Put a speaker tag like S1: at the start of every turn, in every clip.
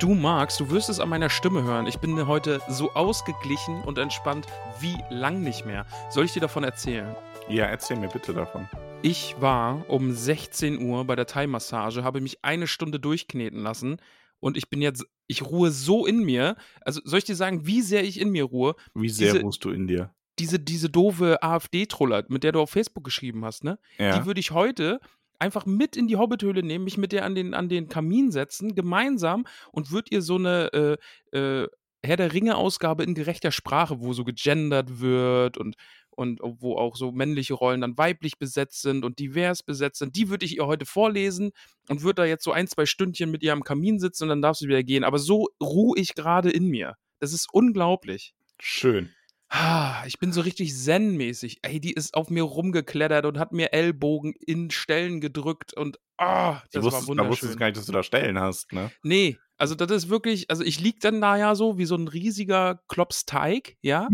S1: Du magst, du wirst es an meiner Stimme hören. Ich bin heute so ausgeglichen und entspannt wie lang nicht mehr. Soll ich dir davon erzählen?
S2: Ja, erzähl mir bitte davon.
S1: Ich war um 16 Uhr bei der Thai-Massage, habe mich eine Stunde durchkneten lassen und ich bin jetzt, ich ruhe so in mir. Also soll ich dir sagen, wie sehr ich in mir ruhe?
S2: Wie sehr
S1: Diese-
S2: ruhst du in dir?
S1: Diese, diese doofe AfD-Troller, mit der du auf Facebook geschrieben hast, ne?
S2: Ja.
S1: die würde ich heute einfach mit in die Hobbithöhle nehmen, mich mit der an den, an den Kamin setzen, gemeinsam und würd ihr so eine äh, äh, Herr der Ringe-Ausgabe in gerechter Sprache, wo so gegendert wird und, und wo auch so männliche Rollen dann weiblich besetzt sind und divers besetzt sind, die würde ich ihr heute vorlesen und würde da jetzt so ein, zwei Stündchen mit ihr am Kamin sitzen und dann darf sie wieder gehen. Aber so ruhe ich gerade in mir. Das ist unglaublich.
S2: Schön.
S1: Ah, Ich bin so richtig zen-mäßig. Ey, die ist auf mir rumgeklettert und hat mir Ellbogen in Stellen gedrückt und ah,
S2: Du
S1: das war
S2: wusstest, da wusstest
S1: wunderschön.
S2: du gar nicht, dass du da Stellen hast, ne?
S1: nee, also das ist wirklich, also ich lieg dann da ja so wie so ein riesiger Klopsteig, ja?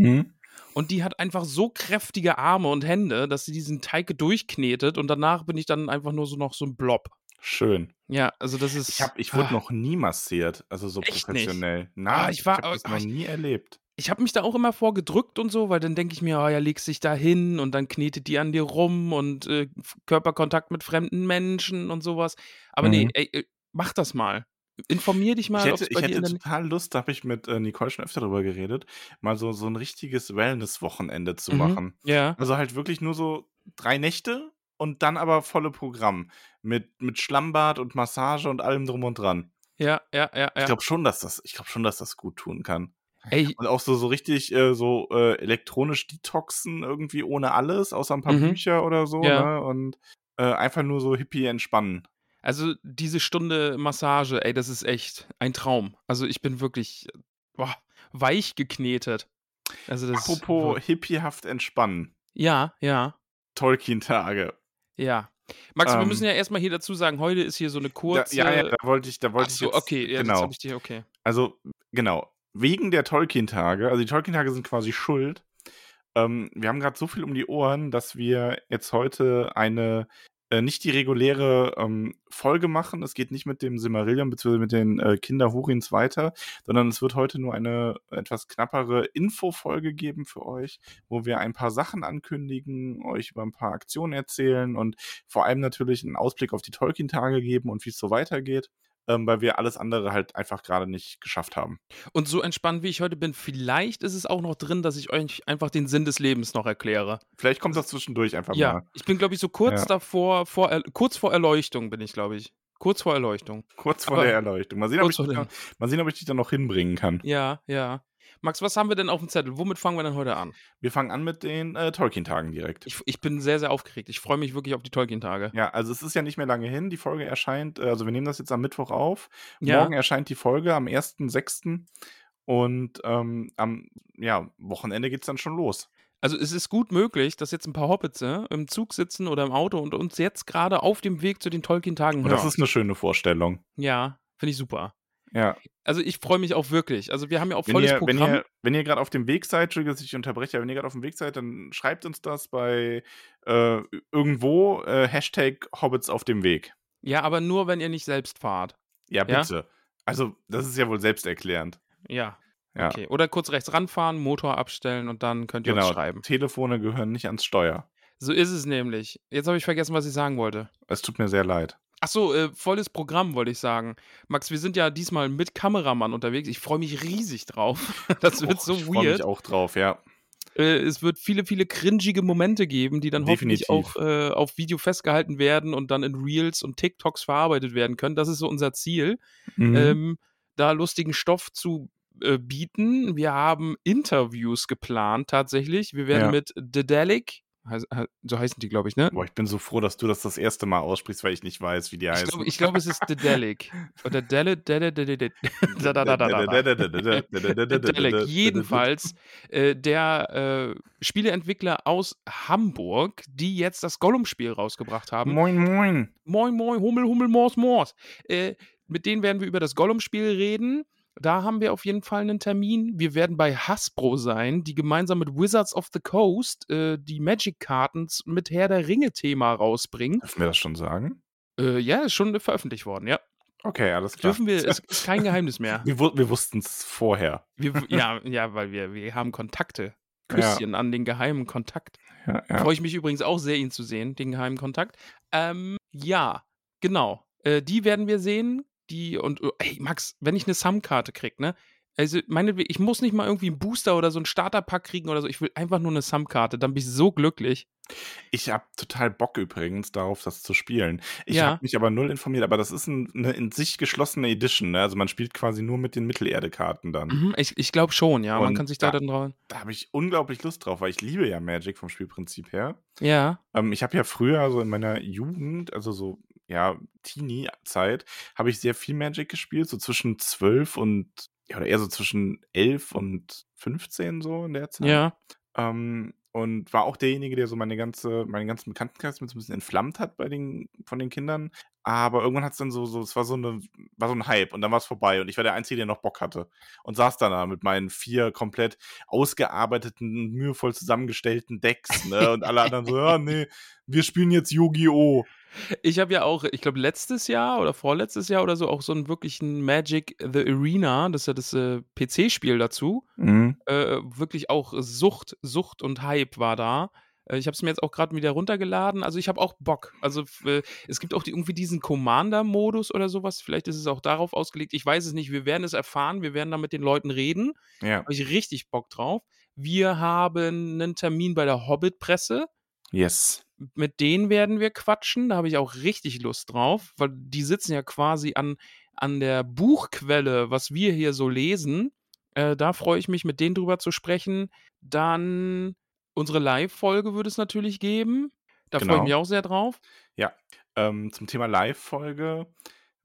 S1: Und die hat einfach so kräftige Arme und Hände, dass sie diesen Teig durchknetet und danach bin ich dann einfach nur so noch so ein Blob.
S2: Schön.
S1: Ja, also das ist
S2: Ich, hab, ich wurde
S1: ah.
S2: noch nie massiert, also so
S1: Echt
S2: professionell.
S1: Ah,
S2: Nein,
S1: ich war-
S2: ich habe das
S1: ah,
S2: noch
S1: ich-
S2: nie erlebt.
S1: ich habe mich da auch immer vorgedrückt und so, weil dann denke ich mir, oh ja, legst dich da hin und dann knetet die an dir rum und äh, F- Körperkontakt mit fremden Menschen und sowas. Aber nee,
S2: Mhm.
S1: ey, äh, mach das mal. Informier dich
S2: Ich
S1: mal, ob
S2: hätte,
S1: es
S2: ich
S1: bei dir
S2: hätte
S1: in der Nä-
S2: total Lust, da habe ich mit äh, Nicole schon öfter drüber geredet, mal so, so ein richtiges Wellness-Wochenende zu
S1: Mhm.
S2: machen.
S1: Ja.
S2: Also halt wirklich nur so drei Nächte und dann aber volle Programm. Mit, mit Schlammbad und Massage und allem drum und dran.
S1: Ja, ja, ja,
S2: Ich
S1: ja.
S2: glaube schon, dass das, ich glaube schon, dass das gut tun kann.
S1: Ey,
S2: Und auch so, so richtig äh, so äh, elektronisch detoxen, irgendwie ohne alles, außer ein paar
S1: Mhm.
S2: Bücher oder so,
S1: Ja.
S2: ne? Und äh, einfach nur so hippie entspannen.
S1: also diese Stunde Massage, ey, das ist echt ein Traum. Also ich bin wirklich äh, boah, weich geknetet. Also das
S2: Apropos hippiehaft entspannen.
S1: Ja, ja.
S2: Tolkien-Tage.
S1: Ja. Max, wir
S2: Ähm,
S1: müssen ja erstmal hier dazu sagen, heute ist hier so eine
S2: Da,
S1: kurze.
S2: ja, ja, da wollte ich, da wollte
S1: Achso,
S2: ich jetzt,
S1: okay, ja, jetzt
S2: genau.
S1: habe ich dir, okay.
S2: Also, genau. Wegen der Tolkien-Tage, also die Tolkien-Tage sind quasi schuld. Ähm, wir haben gerade so viel um die Ohren, dass wir jetzt heute eine, äh, nicht die reguläre ähm, Folge machen. Es geht nicht mit dem Simmerillion bzw. mit den äh, Kinderhurins weiter, sondern es wird heute nur eine etwas knappere Infofolge geben für euch, wo wir ein paar Sachen ankündigen, euch über ein paar Aktionen erzählen und vor allem natürlich einen Ausblick auf die Tolkien-Tage geben und wie es so weitergeht ähm, weil wir alles andere halt einfach gerade nicht geschafft haben.
S1: Und so entspannt, wie ich heute bin, vielleicht ist es auch noch drin, dass ich euch einfach den Sinn des Lebens noch erkläre.
S2: Vielleicht kommt das zwischendurch einfach
S1: Äh, ja,
S2: mal.
S1: ich bin, glaube ich, so kurz
S2: Ja.
S1: davor, vor, er- kurz vor Erleuchtung bin ich, glaube ich. Kurz vor Erleuchtung.
S2: Kurz vor
S1: Aber-
S2: der Erleuchtung. Mal sehen, ob
S1: kurz
S2: ich,
S1: vor
S2: dich
S1: der-
S2: noch, mal sehen, ob ich dich dann noch hinbringen kann.
S1: Ja, ja. Max, was haben wir denn auf dem Zettel? Womit fangen wir denn heute an?
S2: Wir fangen an mit den äh, Tolkien-Tagen direkt.
S1: Ich, ich bin sehr, sehr aufgeregt. Ich freue mich wirklich auf die Tolkien-Tage.
S2: ja, also es ist ja nicht mehr lange hin. Die Folge erscheint, äh, also wir nehmen das jetzt am Mittwoch auf.
S1: Ja.
S2: Morgen erscheint die Folge am 1.6. Und ähm, am ja, Wochenende geht es dann schon los.
S1: Also es ist gut möglich, dass jetzt ein paar Hobbits äh, im Zug sitzen oder im Auto und uns jetzt gerade auf dem Weg zu den Tolkien-Tagen
S2: Und
S1: hören.
S2: das ist eine schöne Vorstellung.
S1: ja, finde ich super.
S2: Ja,
S1: Also ich freue mich auch wirklich. Also wir haben ja auch
S2: wenn
S1: volles
S2: ihr, wenn
S1: Programm.
S2: ihr, wenn ihr gerade auf dem Weg seid, Entschuldigung, dass ich unterbreche, aber wenn ihr gerade auf dem Weg seid, dann schreibt uns das bei äh, irgendwo äh, Hashtag Hobbits auf dem Weg.
S1: ja, aber nur, wenn ihr nicht selbst fahrt.
S2: Ja,
S1: Ja?
S2: bitte. Also, das ist ja wohl selbsterklärend.
S1: Ja.
S2: Ja.
S1: Okay. Oder kurz rechts ranfahren, Motor abstellen und dann könnt ihr uns
S2: Genau.
S1: schreiben.
S2: Telefone gehören nicht ans Steuer.
S1: So ist es nämlich. Jetzt habe ich vergessen, was ich sagen wollte.
S2: Es tut mir sehr leid.
S1: Achso, äh, volles Programm wollte ich sagen. Max, wir sind ja diesmal mit Kameramann unterwegs. Ich freue mich riesig drauf. Das wird
S2: Och,
S1: so
S2: Oh, ich freu mich
S1: weird.
S2: auch drauf, ja.
S1: Äh, es wird viele, viele cringige Momente geben, die dann hoffentlich
S2: Definitiv.
S1: auch äh, auf Video festgehalten werden und dann in Reels und TikToks verarbeitet werden können. Das ist so unser Ziel, ähm, da lustigen Stoff zu äh, bieten. Wir haben Interviews geplant tatsächlich. Wir werden
S2: Ja.
S1: mit Dedelic, heiß- he- so heißen die, glaube ich, ne?
S2: Boah, ich bin so froh, dass du das das erste Mal aussprichst, weil ich nicht weiß, wie die
S1: Ich
S2: heißen.
S1: glaube, ich glaub, es ist Dedelic. Oder Dele, Dele, Dele, Dele, da, da, da, da, da, da. Delek, jedenfalls, äh, der äh, Spieleentwickler aus Hamburg, die jetzt das Gollum-Spiel rausgebracht haben.
S2: Moin, moin.
S1: Moin, moin, Hummel, Hummel, Mors, Mors. Äh, mit denen werden wir über das Gollum-Spiel reden. Da haben wir auf jeden Fall einen Termin. Wir werden bei Hasbro sein, die gemeinsam mit Wizards of the Coast äh, die Magic-Karten z- mit Herr der Ringe-Thema rausbringen.
S2: Dürfen wir das schon sagen?
S1: Äh, ja, ist schon veröffentlicht worden, ja.
S2: Okay, alles klar.
S1: Dürfen wir, ist, ist kein Geheimnis mehr.
S2: Wir, wu- wir wussten es vorher.
S1: Wir, ja, ja, weil wir, wir haben Kontakte. Küsschen an den geheimen Kontakt.
S2: Ja, ja.
S1: Freue ich mich übrigens auch sehr, ihn zu sehen, den geheimen Kontakt. Ähm, ja, genau. Äh, die werden wir sehen. Die und oh, ey, Max, wenn ich eine Sum-Karte krieg, ne? Also, meine, ich muss nicht mal irgendwie einen Booster oder so einen Starterpack kriegen oder so. Ich will einfach nur eine Sum-Karte. Dann bin ich so glücklich.
S2: Ich habe total Bock übrigens darauf, das zu spielen. Ich
S1: Ja.
S2: habe mich aber null informiert, aber das ist ein, eine in sich geschlossene Edition. Ne? Also man spielt quasi nur mit den Mittelerde-Karten dann.
S1: Mhm, ich ich glaube schon, ja. Man
S2: Und
S1: kann sich da
S2: da-
S1: dann drauf.
S2: Da habe ich unglaublich Lust drauf, weil ich liebe ja Magic vom Spielprinzip her.
S1: Ja.
S2: Ähm, ich habe ja früher, so in meiner Jugend, also so, ja, Teenie-Zeit, habe ich sehr viel Magic gespielt, so zwischen 12 und, ja, oder eher so zwischen 11 und 15, so in der Zeit.
S1: Ja.
S2: Ähm, und war auch derjenige, der so meine ganze, meinen ganzen Bekanntenkreis mit so ein bisschen entflammt hat bei den, von den Kindern. Aber irgendwann hat es dann so, so, es war so eine, war so ein Hype und dann war es vorbei und ich war der Einzige, der noch Bock hatte. Und saß dann da mit meinen vier komplett ausgearbeiteten, mühevoll zusammengestellten Decks, ne? Und alle anderen so, ja, nee, wir spielen jetzt Yu-Gi-Oh!
S1: Ich habe ja auch, ich glaube, letztes Jahr oder vorletztes Jahr oder so auch so einen wirklichen Magic the Arena, das ist ja das äh, PC-Spiel dazu. Äh, wirklich auch Sucht, Sucht und Hype war da. Äh, Ich habe es mir jetzt auch gerade wieder runtergeladen. Also ich habe auch Bock. Also f- äh, es gibt auch die, irgendwie diesen Commander-Modus oder sowas. Vielleicht ist es auch darauf ausgelegt. Ich weiß es nicht. Wir werden es erfahren. Wir werden da mit den Leuten reden.
S2: Ja.
S1: Habe ich richtig Bock drauf. Wir haben einen Termin bei der Hobbit-Presse
S2: Yes.
S1: mit denen werden wir quatschen. Da habe ich auch richtig Lust drauf, weil die sitzen ja quasi an, an der Buchquelle, was wir hier so lesen. Äh, da freue ich mich, mit denen drüber zu sprechen. Dann unsere Live-Folge würde es natürlich geben. Da freue
S2: Genau.
S1: ich mich auch sehr drauf.
S2: Ähm, zum Thema Live-Folge.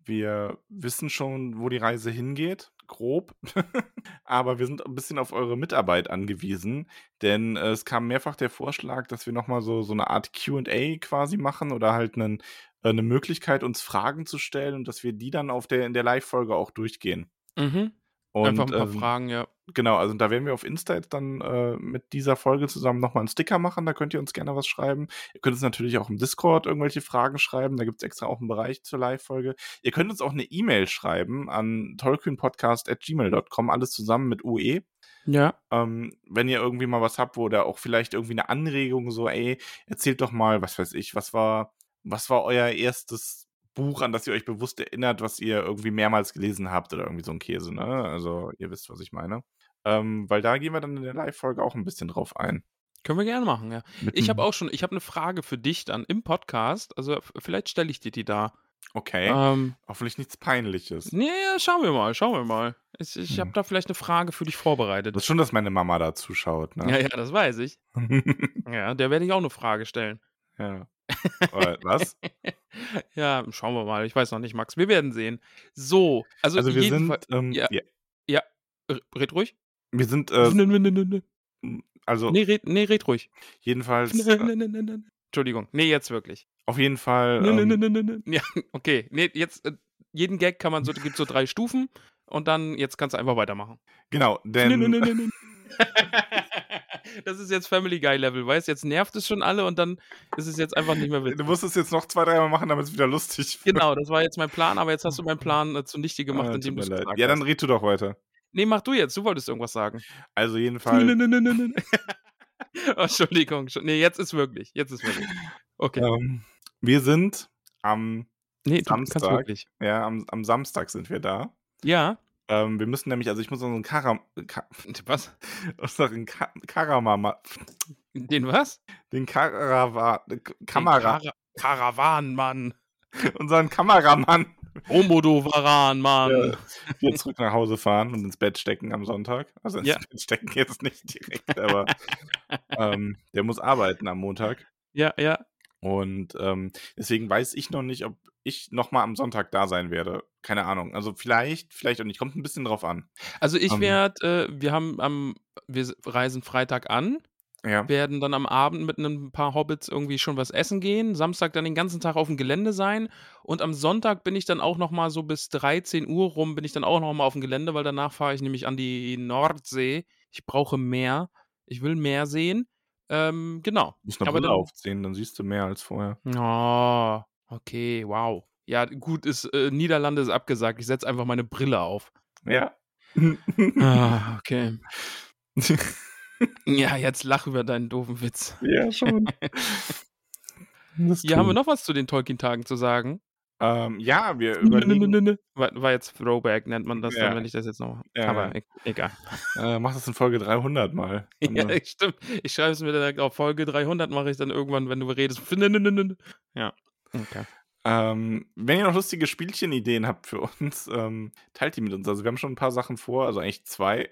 S2: Wir wissen schon, wo die Reise hingeht, grob. Aber wir sind ein bisschen auf eure Mitarbeit angewiesen, denn äh, es kam mehrfach der Vorschlag, dass wir nochmal so, so eine Art QA quasi machen oder halt einen, äh, eine Möglichkeit, uns Fragen zu stellen und dass wir die dann auf der, in der Live-Folge auch durchgehen.
S1: Mhm.
S2: Und,
S1: Einfach ein paar
S2: ähm,
S1: Fragen, ja.
S2: Genau, also da werden wir auf Insta jetzt dann äh, mit dieser Folge zusammen nochmal einen Sticker machen. Da könnt ihr uns gerne was schreiben. Ihr könnt uns natürlich auch im Discord irgendwelche Fragen schreiben. Da gibt es extra auch einen Bereich zur Live-Folge. Ihr könnt uns auch eine E-Mail schreiben an tollkühnpodcast.gmail.com, alles zusammen mit UE.
S1: Ja.
S2: Ähm, wenn ihr irgendwie mal was habt, wo- oder auch vielleicht irgendwie eine Anregung, so, ey, erzählt doch mal, was weiß ich, was war, was war euer erstes Buch, an das ihr euch bewusst erinnert, was ihr irgendwie mehrmals gelesen habt oder irgendwie so ein Käse, ne? Also, ihr wisst, was ich meine. Ähm, weil da gehen wir dann in der Live-Folge auch ein bisschen drauf ein.
S1: Können wir gerne machen, ja. Ich
S2: Mhm.
S1: habe auch schon, ich habe eine Frage für dich dann im Podcast. Also f- vielleicht stelle ich dir die da.
S2: Okay,
S1: Ähm,
S2: hoffentlich nichts Peinliches.
S1: nee, ja, schauen wir mal, schauen wir mal. Ich, ich habe
S2: Hm.
S1: da vielleicht eine Frage für dich vorbereitet.
S2: Das ist schon, dass meine Mama da zuschaut,
S1: Ja,
S2: ne?
S1: ja, das weiß ich.
S2: Hm.
S1: Ja, der werde ich auch eine Frage stellen.
S2: ja. Äh, was?
S1: Ja, schauen wir mal. Ich weiß noch nicht, Max. Wir werden sehen. So, also,
S2: Also, wir sind,
S1: jedenfalls-
S2: ähm,
S1: ja. ne,
S2: ja.
S1: R- äh, Red ruhig.
S2: wir sind, äh,
S1: Nö, nö, nö, nö, nö.
S2: also,
S1: Nee, red, nee, red ruhig.
S2: jedenfalls,
S1: Nö,
S2: äh,
S1: nö, nö, nö, nö. Entschuldigung. Nee, jetzt wirklich.
S2: auf jeden Fall.
S1: Nö, nö,
S2: ähm,
S1: nö, nö, nö, nö. Ja, okay. Nee, jetzt, äh, jeden Gag kann man so, gibt so drei Stufen und dann, jetzt kannst du einfach weitermachen.
S2: Genau,
S1: Nö,
S2: denn
S1: nö, nö, nö, nö. Das ist jetzt Family Guy Level, weißt? Jetzt nervt es schon alle und dann ist es jetzt einfach nicht mehr witzig.
S2: du musst es jetzt noch zwei, dreimal machen, damit es wieder lustig wird.
S1: Genau, das war jetzt mein Plan, aber jetzt hast du meinen Plan äh, zunichte gemacht,
S2: Ah,
S1: indem du
S2: tut
S1: es
S2: mir leid.
S1: gesagt
S2: Ja, dann
S1: hast.
S2: red du doch weiter.
S1: Nee, mach du jetzt, du wolltest irgendwas sagen.
S2: Also
S1: Nö,
S2: jedenfalls,
S1: nö, nö, nö, nö. oh, Entschuldigung. Entschu- Nee, jetzt ist wirklich. Jetzt ist wirklich. Okay.
S2: ähm, wir sind am,
S1: nee, du kannst
S2: Samstag.
S1: wirklich.
S2: ja, am, am Samstag sind wir da.
S1: Ja,
S2: Ähm, wir müssen nämlich, also ich muss unseren Karam, Ka
S1: Was?
S2: unseren Ka Karama, ma-
S1: Den was?
S2: den Karava, Kamera,
S1: Den Kara Karawanmann.
S2: unseren Kameramann
S1: Omodowaranmann.
S2: äh, hier zurück nach Hause fahren und ins Bett stecken am Sonntag. Also ins
S1: Ja.
S2: Bett stecken jetzt nicht direkt, aber ähm, der muss arbeiten am Montag.
S1: Ja, ja.
S2: Und ähm, deswegen weiß ich noch nicht, ob ich nochmal am Sonntag da sein werde. Keine Ahnung. Also vielleicht, vielleicht auch nicht. Kommt ein bisschen drauf an.
S1: Also ich
S2: Ähm.
S1: werde, äh, wir haben am, wir s- reisen Freitag an,
S2: Ja.
S1: werden dann am Abend mit ein paar Hobbits irgendwie schon was essen gehen, Samstag dann den ganzen Tag auf dem Gelände sein und am Sonntag bin ich dann auch noch mal so bis 13 Uhr rum, bin ich dann auch noch mal auf dem Gelände, weil danach fahre ich nämlich an die Nordsee. Ich brauche mehr. Ich will mehr sehen. Ähm, genau.
S2: Muss noch
S1: Aber
S2: Brille
S1: dann-
S2: aufziehen, dann siehst du mehr als vorher.
S1: Oh, okay, wow. Ja, gut, ist, äh, Niederlande ist abgesagt. Ich setze einfach meine Brille auf.
S2: Ja.
S1: Ah, okay. Ja, jetzt lach über deinen doofen Witz.
S2: ja, schon. Das
S1: Hier haben wir
S2: tun-
S1: noch was zu den Tolkien-Tagen zu sagen.
S2: Ähm, ja, wir
S1: Nö, nö,
S2: überlegen.
S1: nö, nö. War, war jetzt Throwback, nennt man das
S2: Ja.
S1: dann, wenn ich das jetzt noch.
S2: Ja,
S1: Aber
S2: ja.
S1: e egal. äh,
S2: Äh, mach das in Folge 300 mal.
S1: Ja, stimmt. Ich schreibe es mir direkt auf Folge 300, mache ich dann irgendwann, wenn du redest. Nö, nö, nö, nö. Ja. Okay.
S2: Ähm, wenn ihr noch lustige Spielchenideen habt für uns, ähm, teilt die mit uns. Also wir haben schon ein paar Sachen vor, also eigentlich zwei.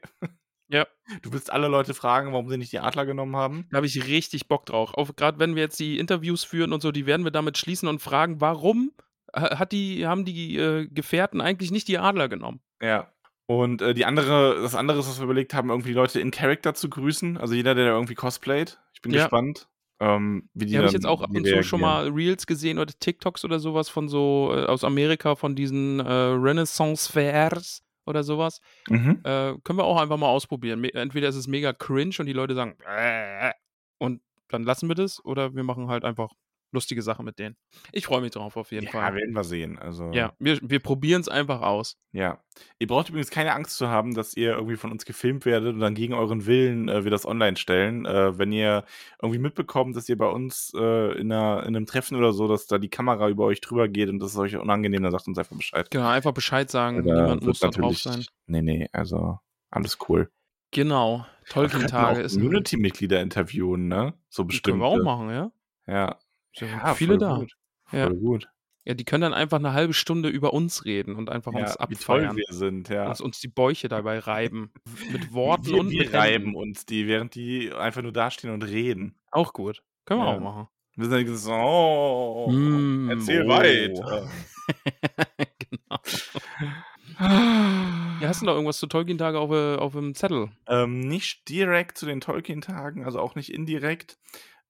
S1: Ja.
S2: Du willst alle Leute fragen, warum sie nicht die Adler genommen haben.
S1: Da habe ich richtig Bock drauf. Auch gerade wenn wir jetzt die Interviews führen und so, die werden wir damit schließen und fragen, warum äh, hat die, haben die äh, Gefährten eigentlich nicht die Adler genommen?
S2: Ja. Und äh, die andere, das andere ist, was wir überlegt haben, irgendwie Leute in Character zu grüßen. Also jeder, der da irgendwie cosplayt. Ich bin
S1: Ja.
S2: gespannt, ähm, wie die
S1: Die habe ich
S2: dann-
S1: jetzt auch ab
S2: wie
S1: und
S2: die
S1: zu schon
S2: reagieren.
S1: mal Reels gesehen oder TikToks oder sowas von so äh, aus Amerika, von diesen äh, Renaissance-Fairs oder sowas.
S2: Mhm.
S1: Äh, können wir auch einfach mal ausprobieren. Me entweder ist es mega cringe und die Leute sagen, äh, und dann lassen wir das oder wir machen halt einfach lustige Sachen mit denen. Ich freue mich drauf auf jeden
S2: Ja,
S1: Fall.
S2: werden wir sehen. Also,
S1: Ja, wir, wir probieren es einfach aus.
S2: Ja. Ihr braucht übrigens keine Angst zu haben, dass ihr irgendwie von uns gefilmt werdet und dann gegen euren Willen äh, wir das online stellen. Äh, wenn ihr irgendwie mitbekommt, dass ihr bei uns äh, in, einer, in einem Treffen oder so, dass da die Kamera über euch drüber geht und das ist euch unangenehm, dann sagt uns einfach Bescheid.
S1: Genau, einfach Bescheid sagen,
S2: Weil da
S1: niemand
S2: wird
S1: muss da drauf sein.
S2: Nee, nee, also alles cool.
S1: Genau,
S2: Wir könnten
S1: Tolkien-Tage
S2: auch
S1: ist.
S2: Community-mitglieder interviewen, ne? So
S1: Können
S2: bestimmt.
S1: wir auch machen, ja?
S2: Ja.
S1: Sind
S2: Ja,
S1: viele
S2: voll
S1: da.
S2: Gut.
S1: Ja.
S2: Voll gut.
S1: Ja, die können dann einfach eine halbe Stunde über uns reden und einfach uns
S2: wie toll
S1: abfeuern.
S2: wir sind, ja.
S1: Uns, uns die Bäuche dabei reiben. Mit Worten
S2: wir,
S1: und
S2: wir
S1: mit
S2: reiben
S1: Händen.
S2: uns die, während die einfach nur dastehen und reden.
S1: Auch gut. Können wir
S2: Ja.
S1: auch machen.
S2: Wir sind dann so, oh,
S1: Mm,
S2: erzähl
S1: oh.
S2: weiter.
S1: genau. Ja, hast du noch irgendwas zu Tolkien-Tage auf, äh, auf dem Zettel?
S2: Ah. Ähm, nicht direkt zu den Tolkien-Tagen, also auch nicht indirekt.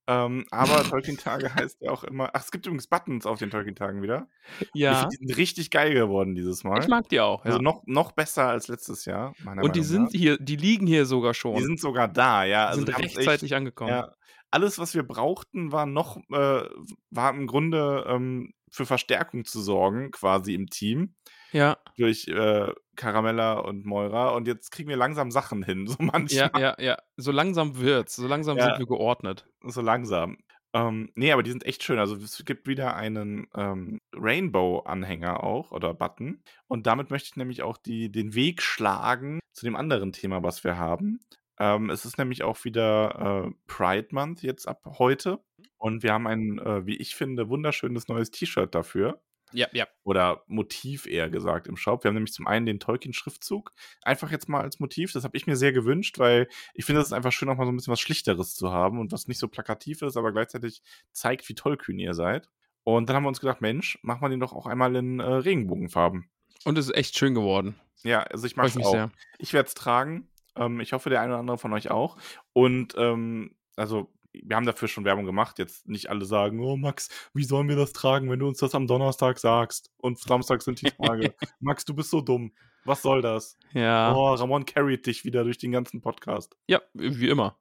S2: Ähm, aber Tolkien-Tage heißt ja auch immer. Ach, es gibt übrigens Buttons auf den Tolkien-Tagen wieder. Ich
S1: Ja.
S2: find, die sind richtig geil geworden dieses Mal.
S1: Ich mag die auch. Ja.
S2: also noch, noch besser als letztes Jahr, meiner
S1: und die
S2: Meinung
S1: sind hier, die liegen hier sogar
S2: nach.
S1: schon.
S2: Die sind sogar da, ja. Also
S1: sind
S2: wir haben's echt-
S1: rechtzeitig angekommen.
S2: Ja, alles, was wir brauchten, war noch, äh, war im Grunde ähm, für Verstärkung zu sorgen, quasi im Team.
S1: ja.
S2: durch äh, Caramella und Moira und jetzt kriegen wir langsam Sachen hin, so
S1: Ja,
S2: manchmal,
S1: ja, ja. So langsam wird's. So langsam
S2: Ja.
S1: sind wir geordnet.
S2: so langsam. Ähm, nee, aber die sind echt schön. Also es gibt wieder einen ähm, Rainbow-Anhänger auch oder Button. Und damit möchte ich nämlich auch die, den Weg schlagen zu dem anderen Thema, was wir haben. Ähm, es ist nämlich auch wieder äh, Pride Month jetzt ab heute. Und wir haben ein, äh, wie ich finde, wunderschönes neues T-Shirt dafür.
S1: Ja, ja.
S2: oder Motiv eher gesagt im Shop. Wir haben nämlich zum einen den Tolkien-Schriftzug, einfach jetzt mal als Motiv. Das habe ich mir sehr gewünscht, weil ich finde, es ist einfach schön, auch mal so ein bisschen was Schlichteres zu haben und was nicht so plakativ ist, aber gleichzeitig zeigt, wie tollkühn ihr seid. Und dann haben wir uns gedacht, Mensch, machen wir den doch auch einmal in äh, Regenbogenfarben.
S1: Und es ist echt schön geworden.
S2: Ja, also ich mag
S1: Freut
S2: es
S1: mich
S2: auch.
S1: sehr.
S2: Ich werde es tragen. Ähm, ich hoffe, der eine oder andere von euch auch. Und ähm, also, wir haben dafür schon Werbung gemacht. Jetzt nicht alle sagen, oh Max, wie sollen wir das tragen, wenn du uns das am Donnerstag sagst? Und Samstag sind die Tage. Max, du bist so dumm. Was soll das?
S1: Ja.
S2: Oh, Ramon carried dich wieder durch den ganzen Podcast.
S1: Ja, wie immer.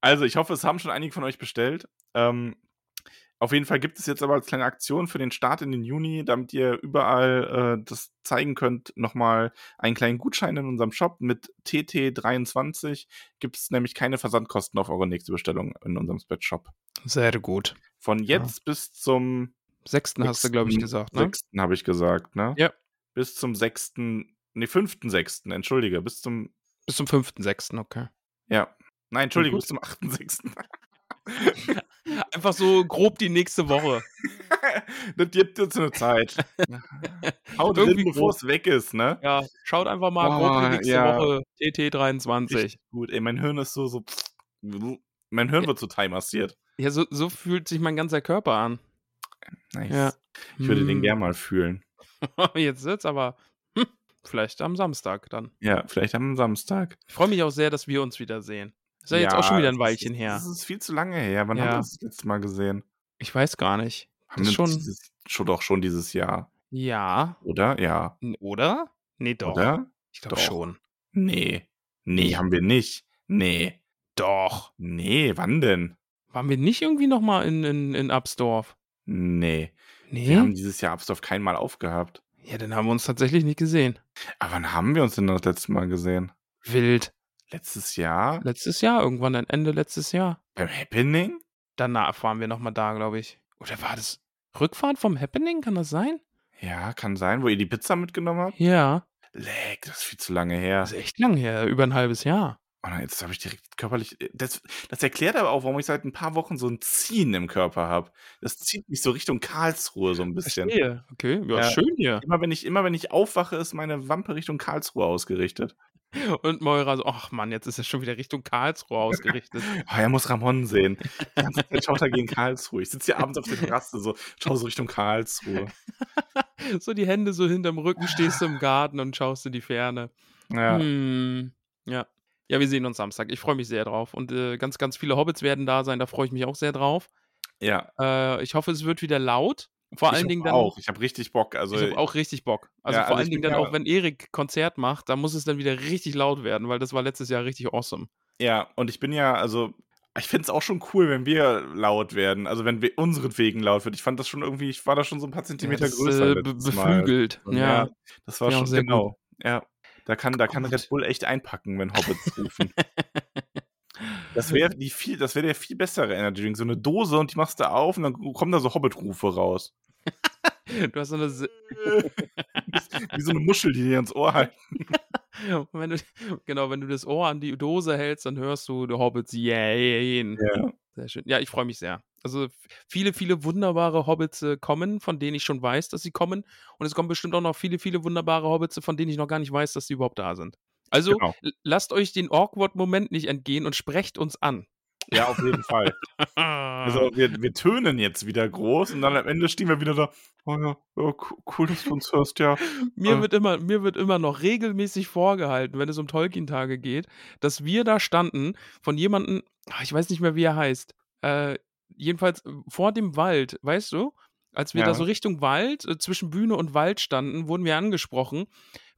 S2: also, ich hoffe, es haben schon einige von euch bestellt. Ähm, auf jeden Fall gibt es jetzt aber als kleine Aktion für den Start in den Juni, damit ihr überall äh, das zeigen könnt, nochmal einen kleinen Gutschein in unserem Shop mit TT23. Gibt es nämlich keine Versandkosten auf eure nächste Bestellung in unserem Spreadshop.
S1: Sehr gut.
S2: Von jetzt bis zum
S1: Sechsten hast du, glaube ich, gesagt, ne?
S2: 6. habe ich gesagt, ne?
S1: Ja.
S2: Bis zum 6. nee, 5.6., entschuldige, bis zum,
S1: Bis zum 5.6., okay.
S2: ja. Nein, entschuldige,
S1: gut.
S2: bis zum 8.6.
S1: Einfach so grob die nächste Woche.
S2: das gibt uns eine Zeit. Haut
S1: Irgendwie
S2: hin, bevor es weg ist, ne?
S1: Ja, schaut einfach mal grob
S2: Boah,
S1: die nächste
S2: ja.
S1: Woche. TT23.
S2: Richtig gut, ey, mein Hirn ist so, so, mein Hirn wird so Thai massiert.
S1: Ja, so, so fühlt sich mein ganzer Körper an.
S2: Nice.
S1: Ja.
S2: Ich würde den
S1: Hm.
S2: gern mal fühlen.
S1: Jetzt wird's aber hm, vielleicht am Samstag dann.
S2: Ja, vielleicht am Samstag.
S1: Ich freue mich auch sehr, dass wir uns wiedersehen. Ist ja, jetzt auch schon wieder ein
S2: das ist-
S1: Weilchen her.
S2: Das ist viel zu lange her. Wann haben
S1: Ja.
S2: wir das letzte Mal gesehen?
S1: Ich weiß gar nicht.
S2: Haben
S1: Das
S2: wir
S1: schon-
S2: Dieses, schon doch schon dieses Jahr,
S1: Ja,
S2: oder? Ja.
S1: N- oder? Nee, doch.
S2: Oder?
S1: Ich glaube
S2: Doch.
S1: schon.
S2: Nee. Nee, haben wir nicht. Nee.
S1: Doch.
S2: Nee, wann denn?
S1: Waren wir nicht irgendwie nochmal in, in, in Absdorf?
S2: Nee. Wir haben
S1: Nee?
S2: dieses Jahr Absdorf kein Mal aufgehabt.
S1: Ja, dann haben wir uns tatsächlich nicht gesehen.
S2: Aber wann haben wir uns denn das letzte Mal gesehen?
S1: Wild.
S2: Letztes Jahr?
S1: Letztes Jahr, irgendwann dann Ende letztes Jahr.
S2: Beim Happening?
S1: Danach waren wir nochmal da, glaube ich. Oder war das Rückfahrt vom Happening? Kann das sein?
S2: Ja, kann sein, wo ihr die Pizza mitgenommen habt.
S1: Ja.
S2: Leck, das ist viel zu lange her.
S1: Das ist echt lang her. Über ein halbes Jahr.
S2: Oh nein, jetzt habe ich direkt körperlich. äh, Das, das erklärt aber auch, warum ich seit ein paar Wochen so ein Ziehen im Körper habe. Das zieht mich so Richtung Karlsruhe so ein bisschen.
S1: Verstehe. Okay, ja,
S2: Ja.
S1: schön hier.
S2: Immer wenn, ich, immer wenn ich aufwache, ist meine Wampe Richtung Karlsruhe ausgerichtet.
S1: Und Moira so, ach Mann, jetzt ist er schon wieder Richtung Karlsruhe ausgerichtet.
S2: Oh, er muss Ramon sehen. Die ganze Zeit schaut er gegen Karlsruhe. Ich sitze hier abends auf der Terrasse, so, schau so Richtung Karlsruhe.
S1: so die Hände so hinterm Rücken, stehst du im Garten und schaust in die Ferne.
S2: Ja,
S1: Hm, ja. Ja, wir sehen uns Samstag. Ich freue mich sehr drauf. Und äh, ganz, ganz viele Hobbits werden da sein. Da freue ich mich auch sehr drauf.
S2: ja.
S1: Äh, ich hoffe, es wird wieder laut. Vor
S2: ich
S1: allen
S2: hab
S1: Dingen dann.
S2: auch. Ich habe richtig Bock. Also,
S1: ich habe auch richtig Bock. Also
S2: Ja,
S1: vor
S2: also
S1: allen
S2: ich
S1: Dingen
S2: bin
S1: dann
S2: ja-
S1: auch, wenn Erik Konzert macht, da muss es dann wieder richtig laut werden, weil das war letztes Jahr richtig awesome.
S2: Ja, und ich bin ja, also, ich find's auch schon cool, wenn wir laut werden. Also, wenn wir unseren Wegen laut wird. Ich fand das schon irgendwie, ich war da schon so ein paar Zentimeter
S1: das,
S2: größer.
S1: äh, be-
S2: letztes Mal.
S1: beflügelt. Ja.
S2: Ja, das war
S1: Ja,
S2: schon
S1: sehr
S2: genau. Ja, da kann, da kann
S1: Gut.
S2: Red Bull echt einpacken, wenn Hobbits rufen. Das wäre die viel, das wäre der viel bessere Energy Drink. So eine Dose und die machst du auf und dann kommen da so Hobbit-Rufe raus.
S1: Du hast so eine Se-
S2: Wie so eine Muschel, die dir ins Ohr halten.
S1: Und Wenn du, genau, wenn du das Ohr an die Dose hältst, dann hörst du The Hobbits. Yeah.
S2: Ja.
S1: Sehr schön. Ja, ich freue mich sehr. Also f- viele, viele wunderbare Hobbits äh, kommen, von denen ich schon weiß, dass sie kommen. Und es kommen bestimmt auch noch viele, viele wunderbare Hobbits, von denen ich noch gar nicht weiß, dass sie überhaupt da sind. Also
S2: Genau.
S1: l- lasst euch den Awkward-Moment nicht entgehen und sprecht uns an.
S2: ja, auf jeden Fall.
S1: Ah.
S2: Also wir, wir tönen jetzt wieder groß und dann am Ende stehen wir wieder da. Oh ja, ja co- cool, dass du uns hörst, ja.
S1: Mir
S2: Äh.
S1: wird immer, mir wird immer noch regelmäßig vorgehalten, wenn es um Tolkien-Tage geht, dass wir da standen von jemandem, ah, ich weiß nicht mehr, wie er heißt, äh, jedenfalls äh, vor dem Wald, weißt du? Als wir
S2: Ja.
S1: da so Richtung Wald, äh, zwischen Bühne und Wald standen, wurden wir angesprochen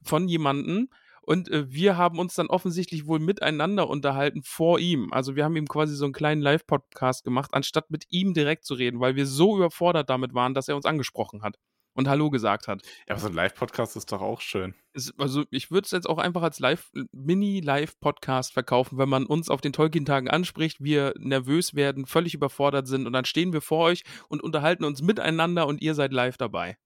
S1: von jemandem. Und äh, wir haben uns dann offensichtlich wohl miteinander unterhalten vor ihm. Also wir haben ihm quasi so einen kleinen Live-Podcast gemacht, anstatt mit ihm direkt zu reden, weil wir so überfordert damit waren, dass er uns angesprochen hat und Hallo gesagt hat.
S2: Ja, aber so ein Live-Podcast ist doch auch schön.
S1: Es- also ich würde es jetzt auch einfach als Live, äh, Mini-Live-Podcast verkaufen, wenn man uns auf den Tolkien-Tagen anspricht, wir nervös werden, völlig überfordert sind und dann stehen wir vor euch und unterhalten uns miteinander und ihr seid live dabei.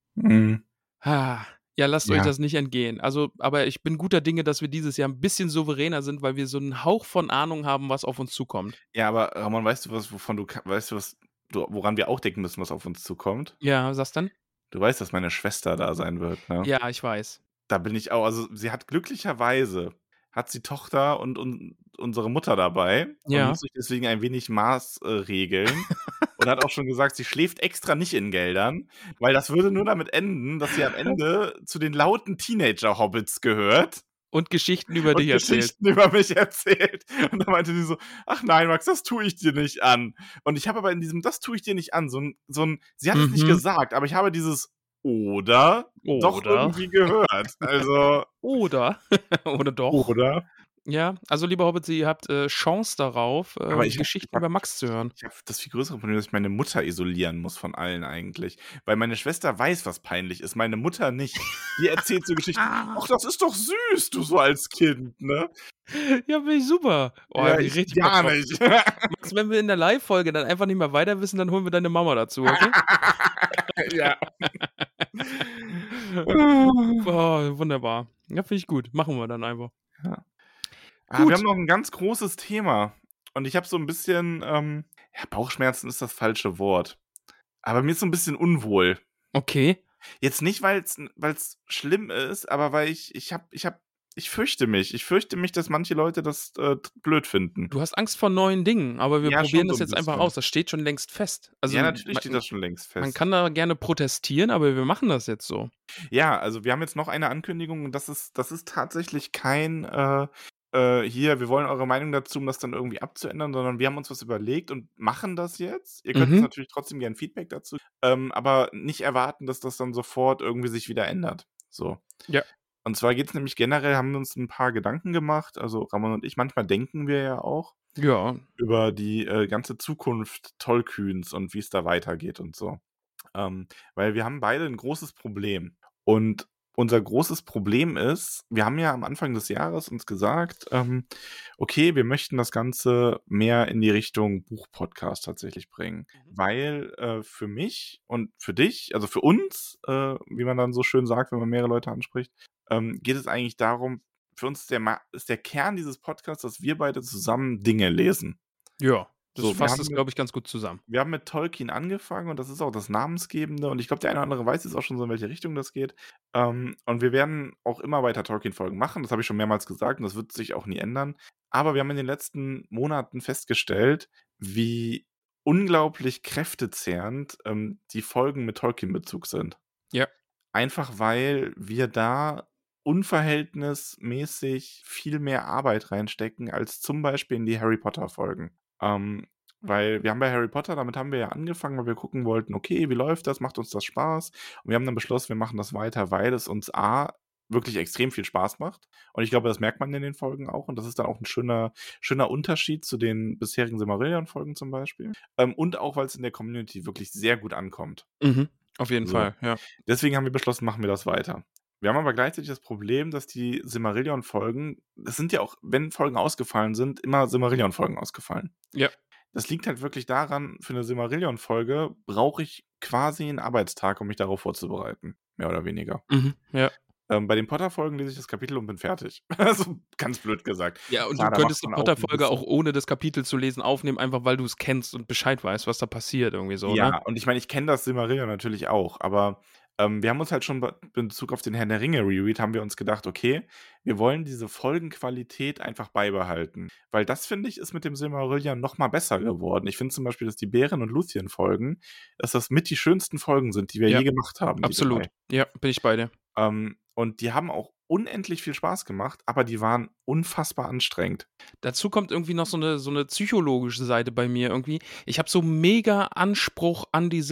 S1: Ah, ja, lasst
S2: Ja.
S1: euch das nicht entgehen. Also, aber ich bin guter Dinge, dass wir dieses Jahr ein bisschen souveräner sind, weil wir so einen Hauch von Ahnung haben, was auf uns zukommt.
S2: Ja, aber Ramon, weißt du was, wovon du ka- weißt du was, du, woran wir auch denken müssen, was auf uns zukommt?
S1: Ja, was denn?
S2: Du weißt, dass meine Schwester da sein wird, ne?
S1: Ja, ich weiß.
S2: Da bin ich auch. Also sie hat glücklicherweise hat sie Tochter und, und unsere Mutter dabei
S1: Ja.
S2: und muss sich deswegen ein wenig Maß äh, regeln. Und hat auch schon gesagt, sie schläft extra nicht in Geldern, weil das würde nur damit enden, dass sie am Ende zu den lauten Teenager-Hobbits gehört
S1: Und Geschichten über
S2: und
S1: dich erzählt.
S2: Geschichten über mich erzählt. Und dann meinte sie so, ach nein, Max, das tue ich dir nicht an. Und ich habe aber in diesem, das tue ich dir nicht an, so ein, so ein sie hat es nicht
S1: Mhm.
S2: gesagt, aber ich habe dieses oder, doch irgendwie gehört. Also,
S1: Oder. Oder doch.
S2: oder?
S1: Ja, also lieber Hobbit, ihr habt äh, Chance darauf, äh,
S2: Aber ich-
S1: Geschichten über Max zu hören.
S2: Ich habe das viel größere Problem, dass ich meine Mutter isolieren muss von allen eigentlich. Weil meine Schwester weiß, was peinlich ist, meine Mutter nicht. Die erzählt so Geschichten, ach, das ist doch süß, du so als Kind, ne?
S1: Ja, finde ich super. Oh,
S2: Ja,
S1: hab ich
S2: ich
S1: richtig
S2: gar
S1: Bock drauf.
S2: nicht.
S1: Max, wenn wir in der Live-Folge dann einfach nicht mehr weiter wissen, dann holen wir deine Mama dazu, okay?
S2: ja.
S1: oh, wunderbar. Ja, finde ich gut. Machen wir dann einfach.
S2: Ah, wir
S1: Gut.
S2: haben noch ein ganz großes Thema. Und ich habe so ein bisschen, ähm, ja, Bauchschmerzen ist das falsche Wort. Aber mir ist so ein bisschen unwohl.
S1: Okay.
S2: Jetzt nicht, weil es schlimm ist, aber weil ich, ich habe, ich habe, ich fürchte mich. Ich fürchte mich, dass manche Leute das äh, blöd finden.
S1: Du hast Angst vor neuen Dingen, aber wir
S2: Ja, schon
S1: probieren das
S2: so ein
S1: jetzt einfach
S2: bisschen.
S1: aus. Das steht schon längst fest. Also,
S2: ja, natürlich
S1: man,
S2: steht das schon längst fest.
S1: man kann da gerne protestieren, aber wir machen das jetzt so.
S2: Ja, also wir haben jetzt noch eine Ankündigung und das ist, das ist tatsächlich kein äh, äh, hier, wir wollen eure Meinung dazu, um das dann irgendwie abzuändern, sondern wir haben uns was überlegt und machen das jetzt. Ihr könnt
S1: Mhm.
S2: uns natürlich trotzdem gern Feedback dazu, ähm, aber nicht erwarten, dass das dann sofort irgendwie sich wieder ändert. So.
S1: Ja.
S2: Und zwar geht es nämlich generell, haben wir uns ein paar Gedanken gemacht, also Ramon und ich, manchmal denken wir ja auch
S1: Ja.
S2: über die äh, ganze Zukunft Tollkühns und wie es da weitergeht und so. Ähm, weil wir haben beide ein großes Problem. Und unser großes Problem ist, wir haben ja am Anfang des Jahres uns gesagt, ähm, okay, wir möchten das Ganze mehr in die Richtung Buchpodcast tatsächlich bringen. Weil äh, für mich und für dich, also für uns, äh, wie man dann so schön sagt, wenn man mehrere Leute anspricht, ähm, geht es eigentlich darum, für uns ist der, Ma- ist der Kern dieses Podcasts, dass wir beide zusammen Dinge lesen
S1: Ja. Das
S2: So, wir
S1: fasst
S2: haben
S1: es,
S2: mit-
S1: glaube ich, ganz gut zusammen.
S2: wir haben mit Tolkien angefangen und das ist auch das Namensgebende und ich glaube, der eine oder andere weiß jetzt auch schon so, in welche Richtung das geht. Ähm, und wir werden auch immer weiter Tolkien-Folgen machen, das habe ich schon mehrmals gesagt und das wird sich auch nie ändern. Aber wir haben in den letzten Monaten festgestellt, wie unglaublich kräftezehrend ähm, die Folgen mit Tolkien-Bezug sind.
S1: Ja.
S2: Einfach weil wir da unverhältnismäßig viel mehr Arbeit reinstecken als zum Beispiel in die Harry Potter-Folgen. Ähm, weil wir haben bei Harry Potter, damit haben wir ja angefangen, weil wir gucken wollten, okay, wie läuft das, macht uns das Spaß? Und wir haben dann beschlossen, wir machen das weiter, weil es uns A wirklich extrem viel Spaß macht. Und ich glaube, das merkt man in den Folgen auch. Und das ist dann auch ein schöner, schöner Unterschied zu den bisherigen Silmarillion-Folgen zum Beispiel. Ähm, und auch, weil es in der Community wirklich sehr gut ankommt.
S1: Mhm. Auf jeden
S2: So.
S1: Fall, ja.
S2: Deswegen haben wir beschlossen, machen wir das weiter. Wir haben aber gleichzeitig das Problem, dass die Silmarillion-Folgen, es sind ja auch, wenn Folgen ausgefallen sind, immer Silmarillion-Folgen ausgefallen.
S1: Ja.
S2: Das liegt halt wirklich daran, für eine Silmarillion-Folge brauche ich quasi einen Arbeitstag, um mich darauf vorzubereiten. Mehr oder weniger.
S1: Mhm. Ja.
S2: Ähm, bei den Potter-Folgen lese ich das Kapitel und bin fertig. also ganz blöd gesagt.
S1: ja, und
S2: Klar, da
S1: du könntest die
S2: macht man auch ein
S1: Potter-Folge auch, ohne das Kapitel zu lesen aufnehmen, einfach weil du es kennst und Bescheid weißt, was da passiert irgendwie so.
S2: ja,
S1: Ne?
S2: und ich meine, ich kenne das Silmarillion natürlich auch, aber ähm, wir haben uns halt schon be- in Bezug auf den Herrn der Ringe Reread, haben wir uns gedacht, okay, wir wollen diese Folgenqualität einfach beibehalten. Weil das, finde ich, ist mit dem Silmarillion noch mal besser geworden. Ich finde zum Beispiel, dass die Bären- und Lucien-Folgen, dass das mit die schönsten Folgen sind, die wir
S1: Ja.
S2: je gemacht haben. die
S1: Absolut.
S2: drei.
S1: Ja, bin ich bei dir.
S2: Ähm, und die haben auch unendlich viel Spaß gemacht, aber die waren unfassbar anstrengend.
S1: Dazu kommt irgendwie noch so eine, so eine psychologische Seite bei mir irgendwie. Ich habe so mega Anspruch an die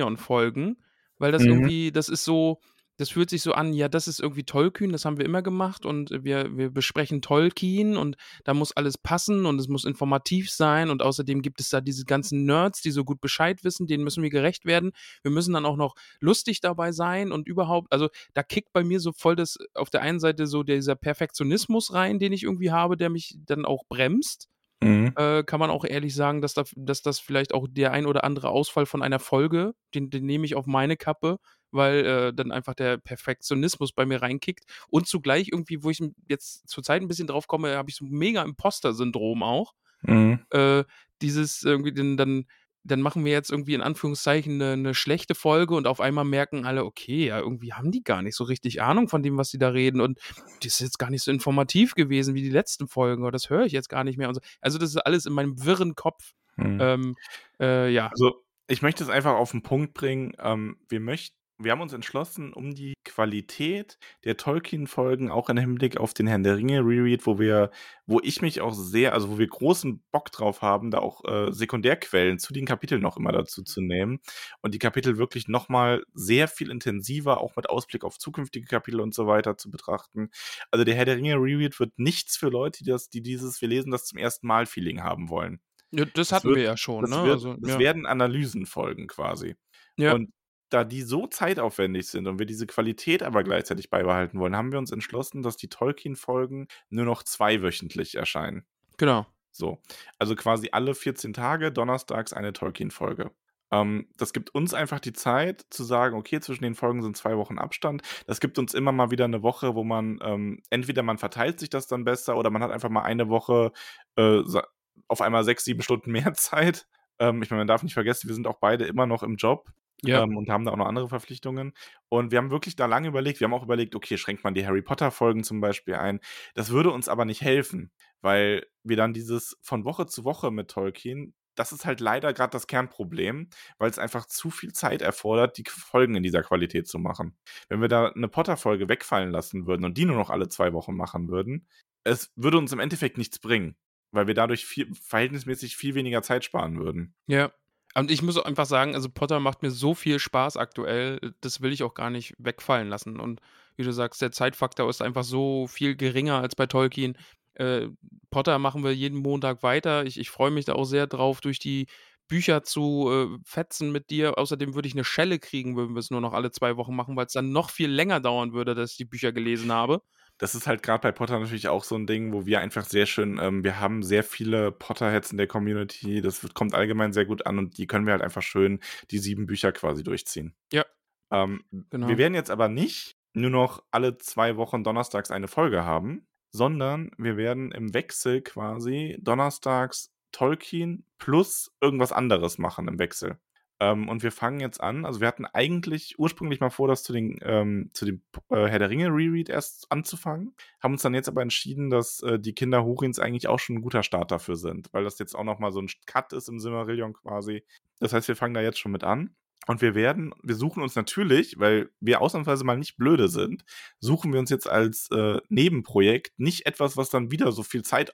S1: Silmarillion-Folgen, weil das
S2: Mhm.
S1: irgendwie, das ist so, das fühlt sich so an, ja, das ist irgendwie Tollkühn, das haben wir immer gemacht und wir, wir besprechen Tolkien und da muss alles passen und es muss informativ sein und außerdem gibt es da diese ganzen Nerds, die so gut Bescheid wissen, denen müssen wir gerecht werden. Wir müssen dann auch noch lustig dabei sein und überhaupt, also da kickt bei mir so voll das äh, auf der einen Seite so dieser Perfektionismus rein, den ich irgendwie habe, der mich dann auch bremst. Äh, kann man auch ehrlich sagen, dass, da, dass das vielleicht auch der ein oder andere Ausfall von einer Folge, den, den nehme ich auf meine Kappe, weil äh, dann einfach der Perfektionismus bei mir reinkickt. Und zugleich irgendwie, wo ich jetzt zurzeit ein bisschen drauf komme, habe ich so mega Imposter-Syndrom auch äh, dieses irgendwie, denn, dann, dann machen wir jetzt irgendwie in Anführungszeichen eine, eine schlechte Folge und auf einmal merken alle, okay, ja, irgendwie haben die gar nicht so richtig Ahnung von dem, was die da reden und das ist jetzt gar nicht so informativ gewesen wie die letzten Folgen oder das höre ich jetzt gar nicht mehr und so. Also das ist alles in meinem wirren Kopf.
S2: Mhm.
S1: Ähm, äh, ja,
S2: Also, ich möchte es einfach auf den Punkt bringen. Ähm, wir möchten. Wir haben uns entschlossen, um die Qualität der Tolkien-Folgen auch im Hinblick auf den Herrn der Ringe Reread, wo wir, wo ich mich auch sehr, also wo wir großen Bock drauf haben, da auch äh, Sekundärquellen zu den Kapiteln noch immer dazu zu nehmen und die Kapitel wirklich nochmal sehr viel intensiver, auch mit Ausblick auf zukünftige Kapitel und so weiter zu betrachten. Also der Herr der Ringe Reread wird nichts für Leute, die das, die dieses, wir lesen das zum ersten Mal Feeling haben wollen.
S1: Ja, das
S2: das
S1: hatten
S2: wird-
S1: wir ja schon.
S2: Das,
S1: ne?
S2: wird,
S1: also,
S2: das
S1: ja.
S2: werden Analysen folgen quasi.
S1: Ja.
S2: Und da die so zeitaufwendig sind und wir diese Qualität aber gleichzeitig beibehalten wollen, haben wir uns entschlossen, dass die Tolkien-Folgen nur noch zweiwöchentlich erscheinen.
S1: Genau.
S2: So. Also quasi alle 14 Tage, donnerstags eine Tolkien-Folge. Ähm, das gibt uns einfach die Zeit zu sagen, okay, zwischen den Folgen sind zwei Wochen Abstand. Das gibt uns immer mal wieder eine Woche, wo man ähm, entweder man verteilt sich das dann besser oder man hat einfach mal eine Woche äh, sa- auf einmal sechs, sieben Stunden mehr Zeit. Ähm, ich meine, man darf nicht vergessen, wir sind auch beide immer noch im Job
S1: Ja.
S2: ähm, und haben da auch noch andere Verpflichtungen. Und wir haben wirklich da lange überlegt. Wir haben auch überlegt, okay, schränkt man die Harry Potter-Folgen zum Beispiel ein. Das würde uns aber nicht helfen, weil wir dann dieses von Woche zu Woche mit Tolkien, das ist halt leider gerade das Kernproblem, weil es einfach zu viel Zeit erfordert, die Folgen in dieser Qualität zu machen. Wenn wir da eine Potter-Folge wegfallen lassen würden und die nur noch alle zwei Wochen machen würden, es würde uns im Endeffekt nichts bringen, weil wir dadurch viel, verhältnismäßig viel weniger Zeit sparen würden.
S1: Ja. Und ich muss auch einfach sagen, also Potter macht mir so viel Spaß aktuell, das will ich auch gar nicht wegfallen lassen. Und wie du sagst, der Zeitfaktor ist einfach so viel geringer als bei Tolkien. Äh, Potter machen wir jeden Montag weiter. Ich, ich freue mich da auch sehr drauf, durch die Bücher zu äh, fetzen mit dir. Außerdem würde ich eine Schelle kriegen, würden wir es nur noch alle zwei Wochen machen, weil es dann noch viel länger dauern würde, dass ich die Bücher gelesen habe.
S2: Das ist halt gerade bei Potter natürlich auch so ein Ding, wo wir einfach sehr schön, ähm, wir haben sehr viele Potterheads in der Community, das wird, kommt allgemein sehr gut an und die können wir halt einfach schön die sieben Bücher quasi durchziehen.
S1: Ja.
S2: Ähm,
S1: Genau.
S2: Wir werden jetzt aber nicht nur noch alle zwei Wochen donnerstags eine Folge haben, sondern wir werden im Wechsel quasi donnerstags Tolkien plus irgendwas anderes machen im Wechsel. Ähm, und wir fangen jetzt an. Also wir hatten eigentlich ursprünglich mal vor, das zu den ähm, zu dem äh, Herr der Ringe Reread erst anzufangen, haben uns dann jetzt aber entschieden, dass äh, die Kinder Hurins eigentlich auch schon ein guter Start dafür sind, weil das jetzt auch noch mal so ein Cut ist im Silmarillion quasi. Das heißt, wir fangen da jetzt schon mit an. Und wir werden, wir suchen uns natürlich, weil wir ausnahmsweise mal nicht blöde sind, suchen wir uns jetzt als äh, Nebenprojekt nicht etwas, was dann wieder so viel Zeit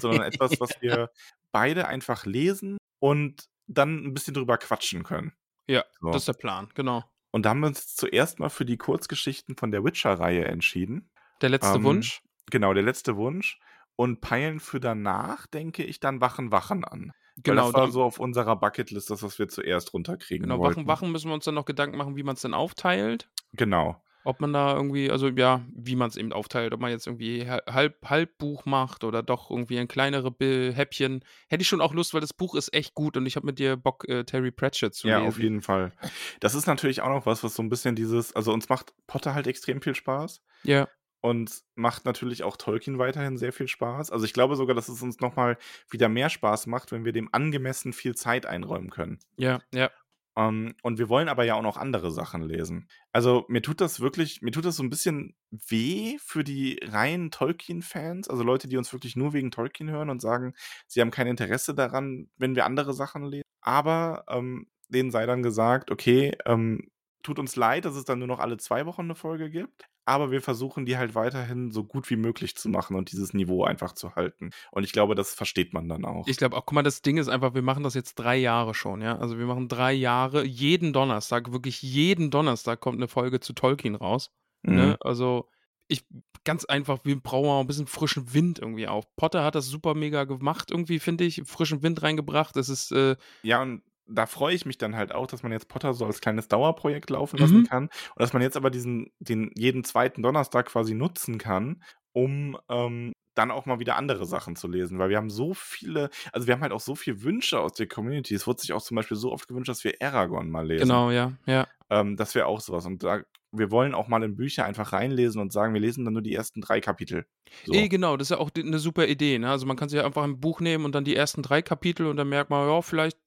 S2: sondern etwas, was wir beide einfach lesen und dann ein bisschen drüber quatschen können.
S1: Ja,
S2: So.
S1: das ist der Plan, genau.
S2: Und da haben wir uns zuerst mal für die Kurzgeschichten von der Witcher-Reihe entschieden.
S1: Der letzte
S2: Ähm,
S1: Wunsch.
S2: Genau, der letzte Wunsch. Und peilen für danach, denke ich, dann Wachen Wachen an. Genau. Weil das war
S1: da-
S2: so auf unserer Bucketlist, das, was wir zuerst runterkriegen
S1: Genau,
S2: wollten.
S1: Wachen, Wachen müssen wir uns dann noch Gedanken machen, wie man es dann aufteilt.
S2: Genau.
S1: Ob man da irgendwie, also ja, wie man es eben aufteilt, ob man jetzt irgendwie ha- halb, halb Buch macht oder doch irgendwie ein kleinere Bi- Häppchen. Hätte ich schon auch Lust, weil das Buch ist echt gut und ich habe mit dir Bock, äh, Terry Pratchett zu
S2: Ja,
S1: lesen.
S2: auf jeden Fall. Das ist natürlich auch noch was, was so ein bisschen dieses, also uns macht Potter halt extrem viel Spaß.
S1: Ja,
S2: und macht natürlich auch Tolkien weiterhin sehr viel Spaß. Also ich glaube sogar, dass es uns nochmal wieder mehr Spaß macht, wenn wir dem angemessen viel Zeit einräumen können.
S1: ja, ja.
S2: Ähm, und wir wollen aber ja auch noch andere Sachen lesen. Also mir tut das wirklich, mir tut das so ein bisschen weh für die reinen Tolkien-Fans, also Leute, die uns wirklich nur wegen Tolkien hören und sagen, sie haben kein Interesse daran, wenn wir andere Sachen lesen. Aber ähm, denen sei dann gesagt, okay, ähm, tut uns leid, dass es dann nur noch alle zwei Wochen eine Folge gibt. Aber wir versuchen die halt weiterhin so gut wie möglich zu machen und dieses Niveau einfach zu halten. Und ich glaube, das versteht man dann auch.
S1: Ich glaube auch, guck mal, das Ding ist einfach, wir machen das jetzt drei Jahre schon, ja. Also wir machen drei Jahre, jeden Donnerstag, wirklich jeden Donnerstag kommt eine Folge zu Tolkien raus.
S2: Mhm.
S1: Ne? Also, ich ganz einfach, wir brauchen auch ein bisschen frischen Wind irgendwie auf. Potter hat das super mega gemacht, irgendwie, finde ich. Frischen Wind reingebracht. Das ist, äh,
S2: Ja, und da freue ich mich dann halt auch, dass man jetzt Potter so als kleines Dauerprojekt laufen lassen
S1: Mhm.
S2: kann und dass man jetzt aber diesen, den jeden zweiten Donnerstag quasi nutzen kann, um ähm, dann auch mal wieder andere Sachen zu lesen, weil wir haben so viele, also wir haben halt auch so viele Wünsche aus der Community. Es wurde sich auch zum Beispiel so oft gewünscht, dass wir Aragorn mal lesen.
S1: genau, ja, ja.
S2: Ähm, das wäre auch sowas. Und da, wir wollen auch mal in Bücher einfach reinlesen und sagen, wir lesen dann nur die ersten drei Kapitel. So.
S1: Eh, genau, das ist ja auch die- eine super Idee. Ne? Also, man kann sich ja einfach ein Buch nehmen und dann die ersten drei Kapitel und dann merkt man, ja, vielleicht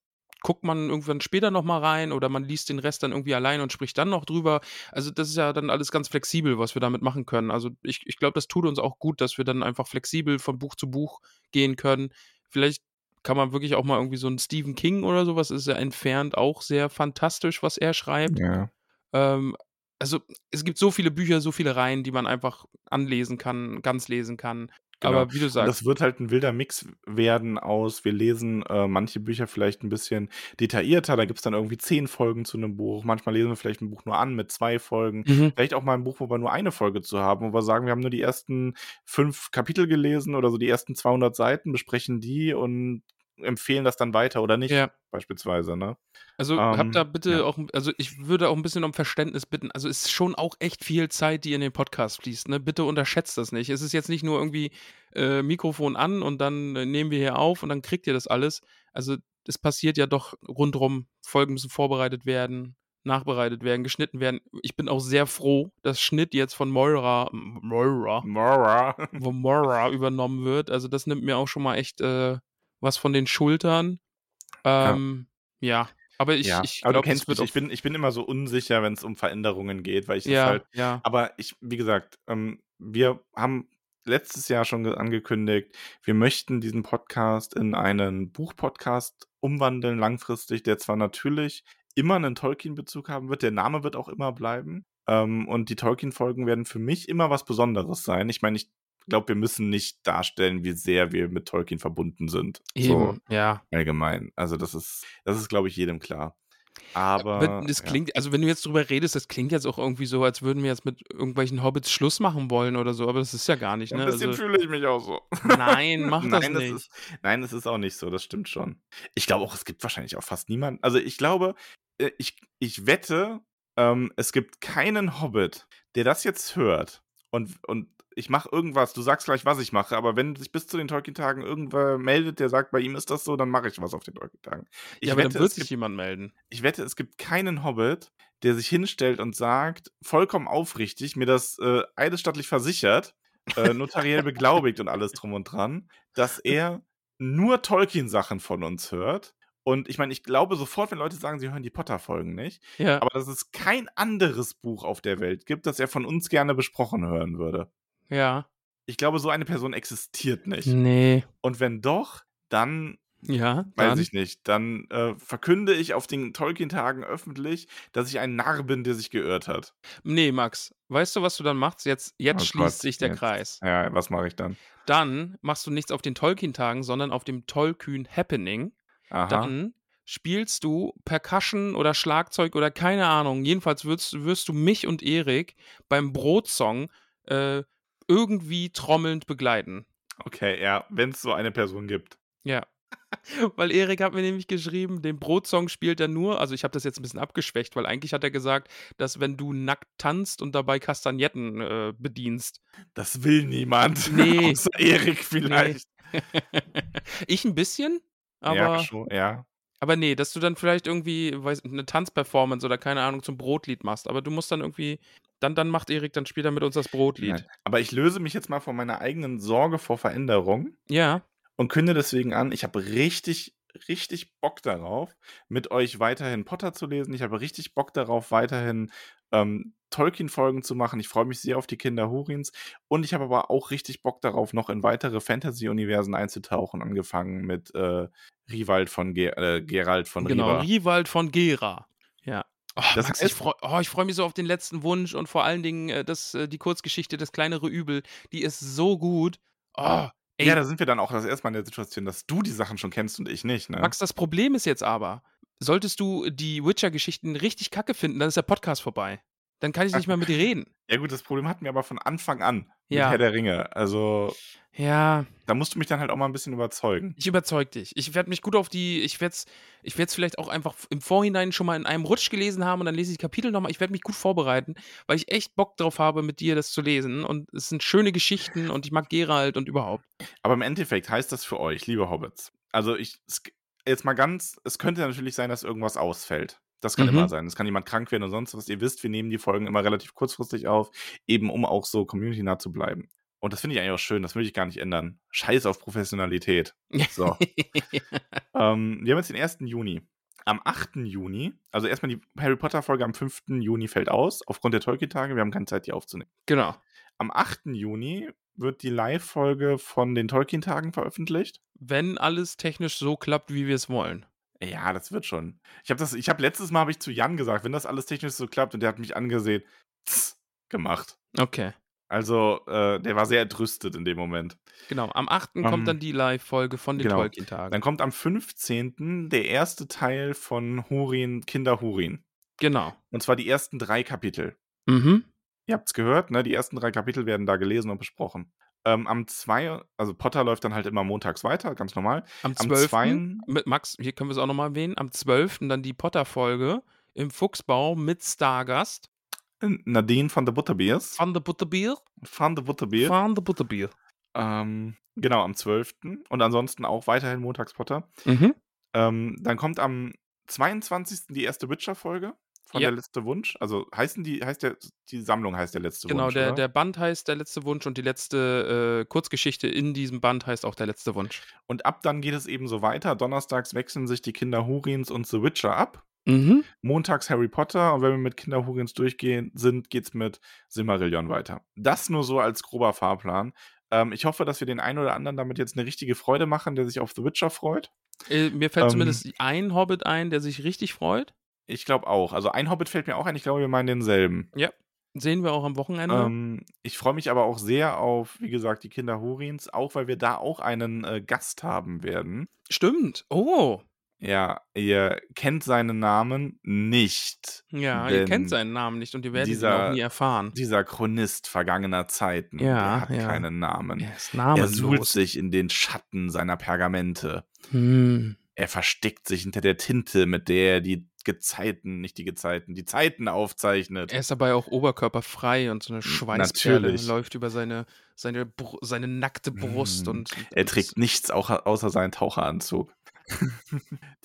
S1: guckt man irgendwann später nochmal rein oder man liest den Rest dann irgendwie allein und spricht dann noch drüber. Also, das ist ja dann alles ganz flexibel, was wir damit machen können. Also, ich, ich glaube, das tut uns auch gut, dass wir dann einfach flexibel von Buch zu Buch gehen können. Vielleicht kann man wirklich auch mal irgendwie so einen Stephen King oder sowas, ist ja entfernt auch sehr fantastisch, was er schreibt.
S2: Ja.
S1: Ähm, also es gibt so viele Bücher, so viele Reihen, die man einfach anlesen kann, ganz lesen kann.
S2: Genau.
S1: Aber wie du
S2: Und
S1: sagst,
S2: Das wird halt ein wilder Mix werden aus, wir lesen äh, manche Bücher vielleicht ein bisschen detaillierter, da gibt es dann irgendwie zehn Folgen zu einem Buch, manchmal lesen wir vielleicht ein Buch nur an mit zwei Folgen,
S1: mhm.
S2: vielleicht auch mal ein Buch, wo wir nur eine Folge zu haben, wo wir sagen, wir haben nur die ersten fünf Kapitel gelesen oder so die ersten 200 Seiten, besprechen die und empfehlen das dann weiter oder nicht,
S1: ja.
S2: beispielsweise, ne?
S1: Also
S2: Ähm,
S1: habt da bitte
S2: ja.
S1: auch, also ich würde auch ein bisschen um Verständnis bitten. Also es ist schon auch echt viel Zeit, die in den Podcast fließt. Ne? Bitte unterschätzt das nicht. Es ist jetzt nicht nur irgendwie äh, Mikrofon an und dann äh, nehmen wir hier auf und dann kriegt ihr das alles. Also das passiert ja doch rundrum. Folgen müssen vorbereitet werden, nachbereitet werden, geschnitten werden. Ich bin auch sehr froh, dass Schnitt jetzt von Moira, Moira,
S2: Mora.
S1: wo Moira übernommen wird. Also das nimmt mir auch schon mal echt äh, was von den Schultern. Ähm, ja. aber ich,
S2: ja.
S1: ich
S2: aber du
S1: glaube, es
S2: kennst
S1: wird
S2: mich.
S1: auch
S2: Ich bin, ich bin immer so unsicher, wenn es um Veränderungen geht, weil ich das
S1: ja,
S2: halt.
S1: ja,
S2: Aber ich, wie gesagt, ähm, wir haben letztes Jahr schon ge- angekündigt, wir möchten diesen Podcast in einen Buchpodcast umwandeln, langfristig, der zwar natürlich immer einen Tolkien-Bezug haben wird, der Name wird auch immer bleiben. Ähm, und die Tolkien-Folgen werden für mich immer was Besonderes sein. Ich meine, ich glaube, wir müssen nicht darstellen, wie sehr wir mit Tolkien verbunden sind. So
S1: eben, ja.
S2: allgemein. Also das ist, das ist, glaube ich, jedem klar. Aber
S1: Wenn- das
S2: ja.
S1: klingt, also wenn du jetzt drüber redest, das klingt jetzt auch irgendwie so, als würden wir jetzt mit irgendwelchen Hobbits Schluss machen wollen oder so, aber das ist ja gar nicht, ne?
S2: ein bisschen
S1: Also,
S2: fühle ich mich auch so.
S1: nein, mach das
S2: nein,
S1: nicht.
S2: Ist, nein, es ist auch nicht so, das stimmt schon. Ich glaube auch, es gibt wahrscheinlich auch fast niemanden. Also ich glaube, äh, ich, ich wette, ähm, es gibt keinen Hobbit, der das jetzt hört und, und ich mache irgendwas, du sagst gleich, was ich mache, aber wenn sich bis zu den Tolkien-Tagen irgendwer meldet, der sagt, bei ihm ist das so, dann mache ich was auf den Tolkien-Tagen. Ich
S1: ja, aber
S2: wette,
S1: dann wird
S2: es
S1: sich
S2: gibt
S1: jemand melden.
S2: ich wette, es gibt keinen Hobbit, der sich hinstellt und sagt, vollkommen aufrichtig, mir das äh, eidesstattlich versichert, äh, notariell beglaubigt und alles drum und dran, dass er nur Tolkien-Sachen von uns hört. Und ich meine, ich glaube sofort, wenn Leute sagen, sie hören die Potter-Folgen nicht,
S1: Ja,
S2: aber dass es kein anderes Buch auf der Welt gibt, das er von uns gerne besprochen hören würde.
S1: ja.
S2: Ich glaube, so eine Person existiert nicht.
S1: Nee.
S2: Und wenn doch, dann
S1: Ja,
S2: Weiß
S1: dann.
S2: ich nicht. Dann äh, verkünde ich auf den Tolkien-Tagen öffentlich, dass ich ein Narr bin, der sich geirrt hat.
S1: Nee, Max, weißt du, was du dann machst? Jetzt, jetzt
S2: Oh
S1: schließt
S2: Gott,
S1: sich der
S2: jetzt.
S1: Kreis.
S2: Ja, was mache ich dann?
S1: Dann machst du nichts auf den Tolkien-Tagen, sondern auf dem Tollkühn-Happening.
S2: Aha.
S1: Dann spielst du Percussion oder Schlagzeug oder keine Ahnung. Jedenfalls wirst, wirst du mich und Erik beim Brotsong äh, irgendwie trommelnd begleiten.
S2: okay, ja, wenn es so eine Person gibt.
S1: Ja. Weil Erik hat mir nämlich geschrieben, den Brotsong spielt er nur, also ich habe das jetzt ein bisschen abgeschwächt, weil eigentlich hat er gesagt, dass wenn du nackt tanzt und dabei Kastagnetten äh, bedienst,
S2: Das will niemand.
S1: Nee.
S2: Außer Erik vielleicht.
S1: ich ein bisschen, aber,
S2: ja, schon, ja.
S1: aber nee, dass du dann vielleicht irgendwie weiß, eine Tanzperformance oder keine Ahnung zum Brotlied machst, aber du musst dann irgendwie, dann, dann macht Erik dann später mit uns das Brotlied.
S2: Nein. Aber ich löse mich jetzt mal von meiner eigenen Sorge vor Veränderung
S1: Ja,
S2: und künde deswegen an, ich habe richtig, richtig Bock darauf, mit euch weiterhin Potter zu lesen. Ich habe richtig Bock darauf, weiterhin ähm, Tolkien-Folgen zu machen. Ich freue mich sehr auf die Kinder Hurins. Und ich habe aber auch richtig Bock darauf, noch in weitere Fantasy-Universen einzutauchen, angefangen mit äh, Riwald von Ge äh, Gerald von
S1: genau,
S2: Riva.
S1: Riewald von Gera. Ja. Oh,
S2: Das
S1: Max,
S2: heißt-
S1: ich freu, oh, ich freue mich so auf den letzten Wunsch und vor allen Dingen äh, das, äh, die Kurzgeschichte Das kleinere Übel, die ist so gut. Oh, ey,
S2: Ja, da sind wir dann auch das erste Mal in der Situation, dass du die Sachen schon kennst und ich nicht. Ne?
S1: Max, das Problem ist jetzt aber, solltest du die Witcher-Geschichten richtig kacke finden, dann ist der Podcast vorbei. Dann kann ich nicht mehr mit dir reden.
S2: Ja, gut, das Problem hatten wir aber von Anfang an
S1: Ja.
S2: mit Herr der Ringe. Also,
S1: Ja,
S2: da musst du mich dann halt auch mal ein bisschen überzeugen.
S1: ich überzeug dich. Ich werde mich gut auf die, ich werde es ich werd's vielleicht auch einfach im Vorhinein schon mal in einem Rutsch gelesen haben und dann lese ich die Kapitel nochmal. Ich werde mich gut vorbereiten, weil ich echt Bock drauf habe, mit dir das zu lesen. Und es sind schöne Geschichten und ich mag Gerald und überhaupt.
S2: Aber im Endeffekt heißt das für euch, liebe Hobbits. Also ich es, jetzt mal ganz, es könnte natürlich sein, dass irgendwas ausfällt. Das kann
S1: Mhm.
S2: immer sein. Es kann jemand krank werden und sonst was. Ihr wisst, wir nehmen die Folgen immer relativ kurzfristig auf, eben um auch so community-nah zu bleiben. Und das finde ich eigentlich auch schön, das will ich gar nicht ändern. Scheiß auf Professionalität. So. ähm, wir haben jetzt den 1. Juni. Am 8. Juni, also erstmal die Harry Potter-Folge am 5. Juni fällt aus, aufgrund der Tolkien-Tage. Wir haben keine Zeit, die aufzunehmen.
S1: genau.
S2: Am 8. Juni wird die Live-Folge von den Tolkien-Tagen veröffentlicht.
S1: Wenn alles technisch so klappt, wie wir es wollen.
S2: Ja, das wird schon. Ich habe das, ich habe letztes Mal habe ich zu Jan gesagt, wenn das alles technisch so klappt und der hat mich angesehen, tss, gemacht.
S1: Okay.
S2: Also, äh, der war sehr entrüstet in dem Moment.
S1: Genau. Am 8.
S2: Ähm,
S1: kommt dann die Live-Folge von den
S2: genau.
S1: Tolkien-Tagen.
S2: Dann kommt am 15. der erste Teil von Hurin, Kinder Hurin.
S1: Genau.
S2: Und zwar die ersten drei Kapitel.
S1: Mhm.
S2: Ihr habt's gehört, ne? Die ersten drei Kapitel werden da gelesen und besprochen. Ähm, am 2, also Potter läuft dann halt immer montags weiter, ganz normal.
S1: Am
S2: Am
S1: 12.
S2: 2.
S1: mit Max, hier können wir es auch nochmal erwähnen, am 12. dann die Potter-Folge im Fuchsbau mit Stargast
S2: Nadine von the Butterbeers.
S1: von der Butterbier.
S2: Van de Butterbeer.
S1: Von der Butterbier.
S2: Ähm, genau, am 12. Und ansonsten auch weiterhin Montagspotter.
S1: Mhm.
S2: Ähm, dann kommt am 22. die erste Witcher-Folge von
S1: Ja.
S2: der letzte Wunsch. Also heißen die, heißt der, die Sammlung heißt der letzte
S1: Genau,
S2: Wunsch.
S1: der,
S2: oder?
S1: der Band heißt Der letzte Wunsch und die letzte äh, Kurzgeschichte in diesem Band heißt auch Der letzte Wunsch.
S2: Und ab dann geht es eben so weiter. Donnerstags wechseln sich die Kinder Hurins und The Witcher ab.
S1: Mhm.
S2: Montags Harry Potter und wenn wir mit Kinder Hurins durchgehen sind, geht's mit Silmarillion weiter. Das nur so als grober Fahrplan. Ähm, ich hoffe, dass wir den einen oder anderen damit jetzt eine richtige Freude machen, der sich auf The Witcher freut.
S1: Äh, mir fällt
S2: Ähm.
S1: zumindest ein Hobbit ein, der sich richtig freut.
S2: Ich glaube auch. Also ein Hobbit fällt mir auch ein. Ich glaube, wir meinen denselben.
S1: Sehen wir auch am Wochenende.
S2: Ähm, ich freue mich aber auch sehr auf, wie gesagt, die Kinder Hurins, auch weil wir da auch einen äh, Gast haben werden.
S1: Stimmt. Oh.
S2: Ja, ihr kennt seinen Namen nicht.
S1: Ja, ihr
S2: Denn
S1: kennt seinen Namen nicht und ihr werdet ihn
S2: dieser-
S1: auch nie erfahren.
S2: Dieser Chronist vergangener Zeiten,
S1: Ja,
S2: der hat
S1: ja.
S2: keinen Namen.
S1: Er ist
S2: er suhlt
S1: namenlos.
S2: sich in den Schatten seiner Pergamente.
S1: Hm.
S2: Er versteckt sich hinter der Tinte, mit der er die Gezeiten, nicht die Gezeiten, die Zeiten aufzeichnet.
S1: Er ist dabei auch oberkörperfrei und so eine Schweißperle
S2: natürlich.
S1: läuft über seine, seine, Br- seine nackte Brust.
S2: Mhm.
S1: Und,
S2: Er trägt nichts auch außer seinen Taucheranzug.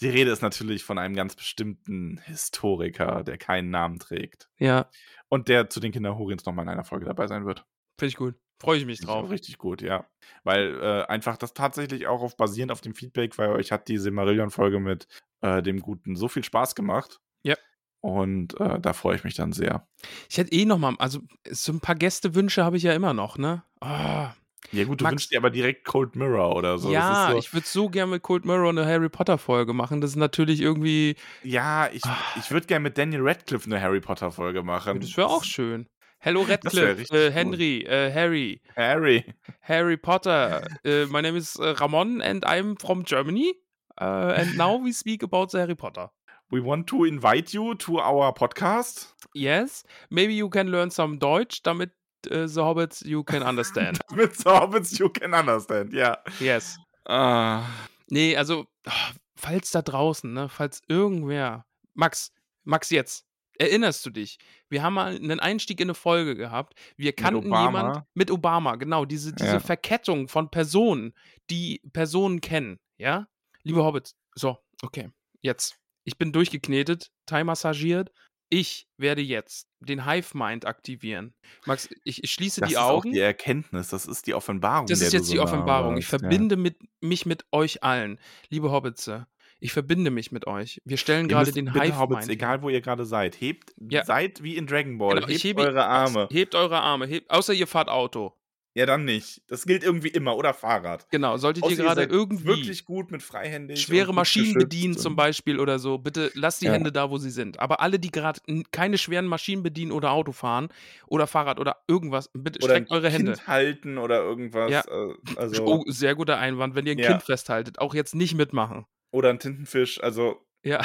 S2: Die Rede ist natürlich von einem ganz bestimmten Historiker, der keinen Namen trägt.
S1: Ja,
S2: Und der zu den Kinderhurins nochmal in einer Folge dabei sein wird.
S1: finde ich gut. Freue ich mich
S2: Ist auch
S1: drauf.
S2: richtig gut, ja. Weil äh, einfach das tatsächlich auch auf basierend auf dem Feedback, weil euch hat die Silmarillion-Folge mit äh, dem Guten so viel Spaß gemacht.
S1: Ja.
S2: Und äh, da freue ich mich dann sehr.
S1: Ich hätte eh nochmal, also so ein paar Gästewünsche habe ich ja immer noch, ne? Ah.
S2: Ja, gut, du
S1: Max-
S2: wünschst dir aber direkt Cold Mirror oder so. Das
S1: ja,
S2: ist so
S1: ich würde so gerne mit Cold Mirror eine Harry Potter Folge machen. Das ist natürlich irgendwie,
S2: ja, ich,
S1: Ah.
S2: ich würde gerne mit Daniel Radcliffe eine Harry Potter-Folge machen.
S1: das wäre auch schön. Hello Radcliffe,
S2: richtig
S1: äh,
S2: cool.
S1: Henry, äh, Harry,
S2: Harry.
S1: Harry Potter. äh, my name is äh, Ramon and I'm from Germany. Äh, and now we speak about the Harry Potter.
S2: We want to invite you to our podcast.
S1: Yes, maybe you can learn some Deutsch, damit äh, the Hobbits you can understand.
S2: Mit The Hobbits You Can Understand, ja.
S1: yes.
S2: Ah,
S1: Nee, also, ah, falls da draußen, ne, falls irgendwer. Max, Max, jetzt. Erinnerst du dich? Wir haben mal einen Einstieg in eine Folge gehabt. Wir kannten
S2: Obama.
S1: jemand mit Obama, genau, diese, diese
S2: Ja.
S1: Verkettung von Personen, die Personen kennen, ja? Liebe Hobbits, so, okay, jetzt. Ich bin durchgeknetet, thai-massagiert. Ich werde jetzt den Hive-Mind aktivieren. Max, ich, ich schließe
S2: das
S1: die
S2: ist auch
S1: Augen.
S2: die Erkenntnis, das ist die Offenbarung.
S1: Das
S2: der
S1: ist
S2: du
S1: jetzt
S2: so
S1: die
S2: nah
S1: Offenbarung.
S2: warst,
S1: Ich verbinde mit, mich mit euch allen. Liebe Hobbitze, ich verbinde mich mit euch. Wir stellen
S2: ja.
S1: gerade
S2: gerade
S1: den
S2: bitte,
S1: Hive
S2: Hobbits,
S1: Mind.
S2: egal wo ihr gerade seid, hebt,
S1: Ja.
S2: seid wie in Dragon Ball,
S1: Genau, ich
S2: hebt
S1: hebe-
S2: eure Arme.
S1: Hebt eure Arme, hebt, außer ihr fahrt Auto.
S2: Ja, dann nicht. Das gilt irgendwie immer, oder Fahrrad.
S1: Genau, solltet
S2: Außer
S1: ihr
S2: ihr
S1: gerade
S2: seid
S1: irgendwie
S2: Wirklich gut mit freihändig.
S1: schwere
S2: und gut
S1: Maschinen
S2: geschützt
S1: bedienen
S2: und-
S1: zum Beispiel oder so, bitte lasst die
S2: Ja.
S1: Hände da, wo sie sind. Aber alle, die gerade n- keine schweren Maschinen bedienen oder Auto fahren oder Fahrrad oder irgendwas, bitte
S2: Oder
S1: streckt eure
S2: ein
S1: Hände.
S2: Kind halten oder irgendwas.
S1: Ja.
S2: äh, Also,
S1: Oh, sehr guter Einwand, wenn ihr ein
S2: Ja.
S1: Kind festhaltet, auch jetzt nicht mitmachen.
S2: Oder ein Tintenfisch. Also,
S1: Ja.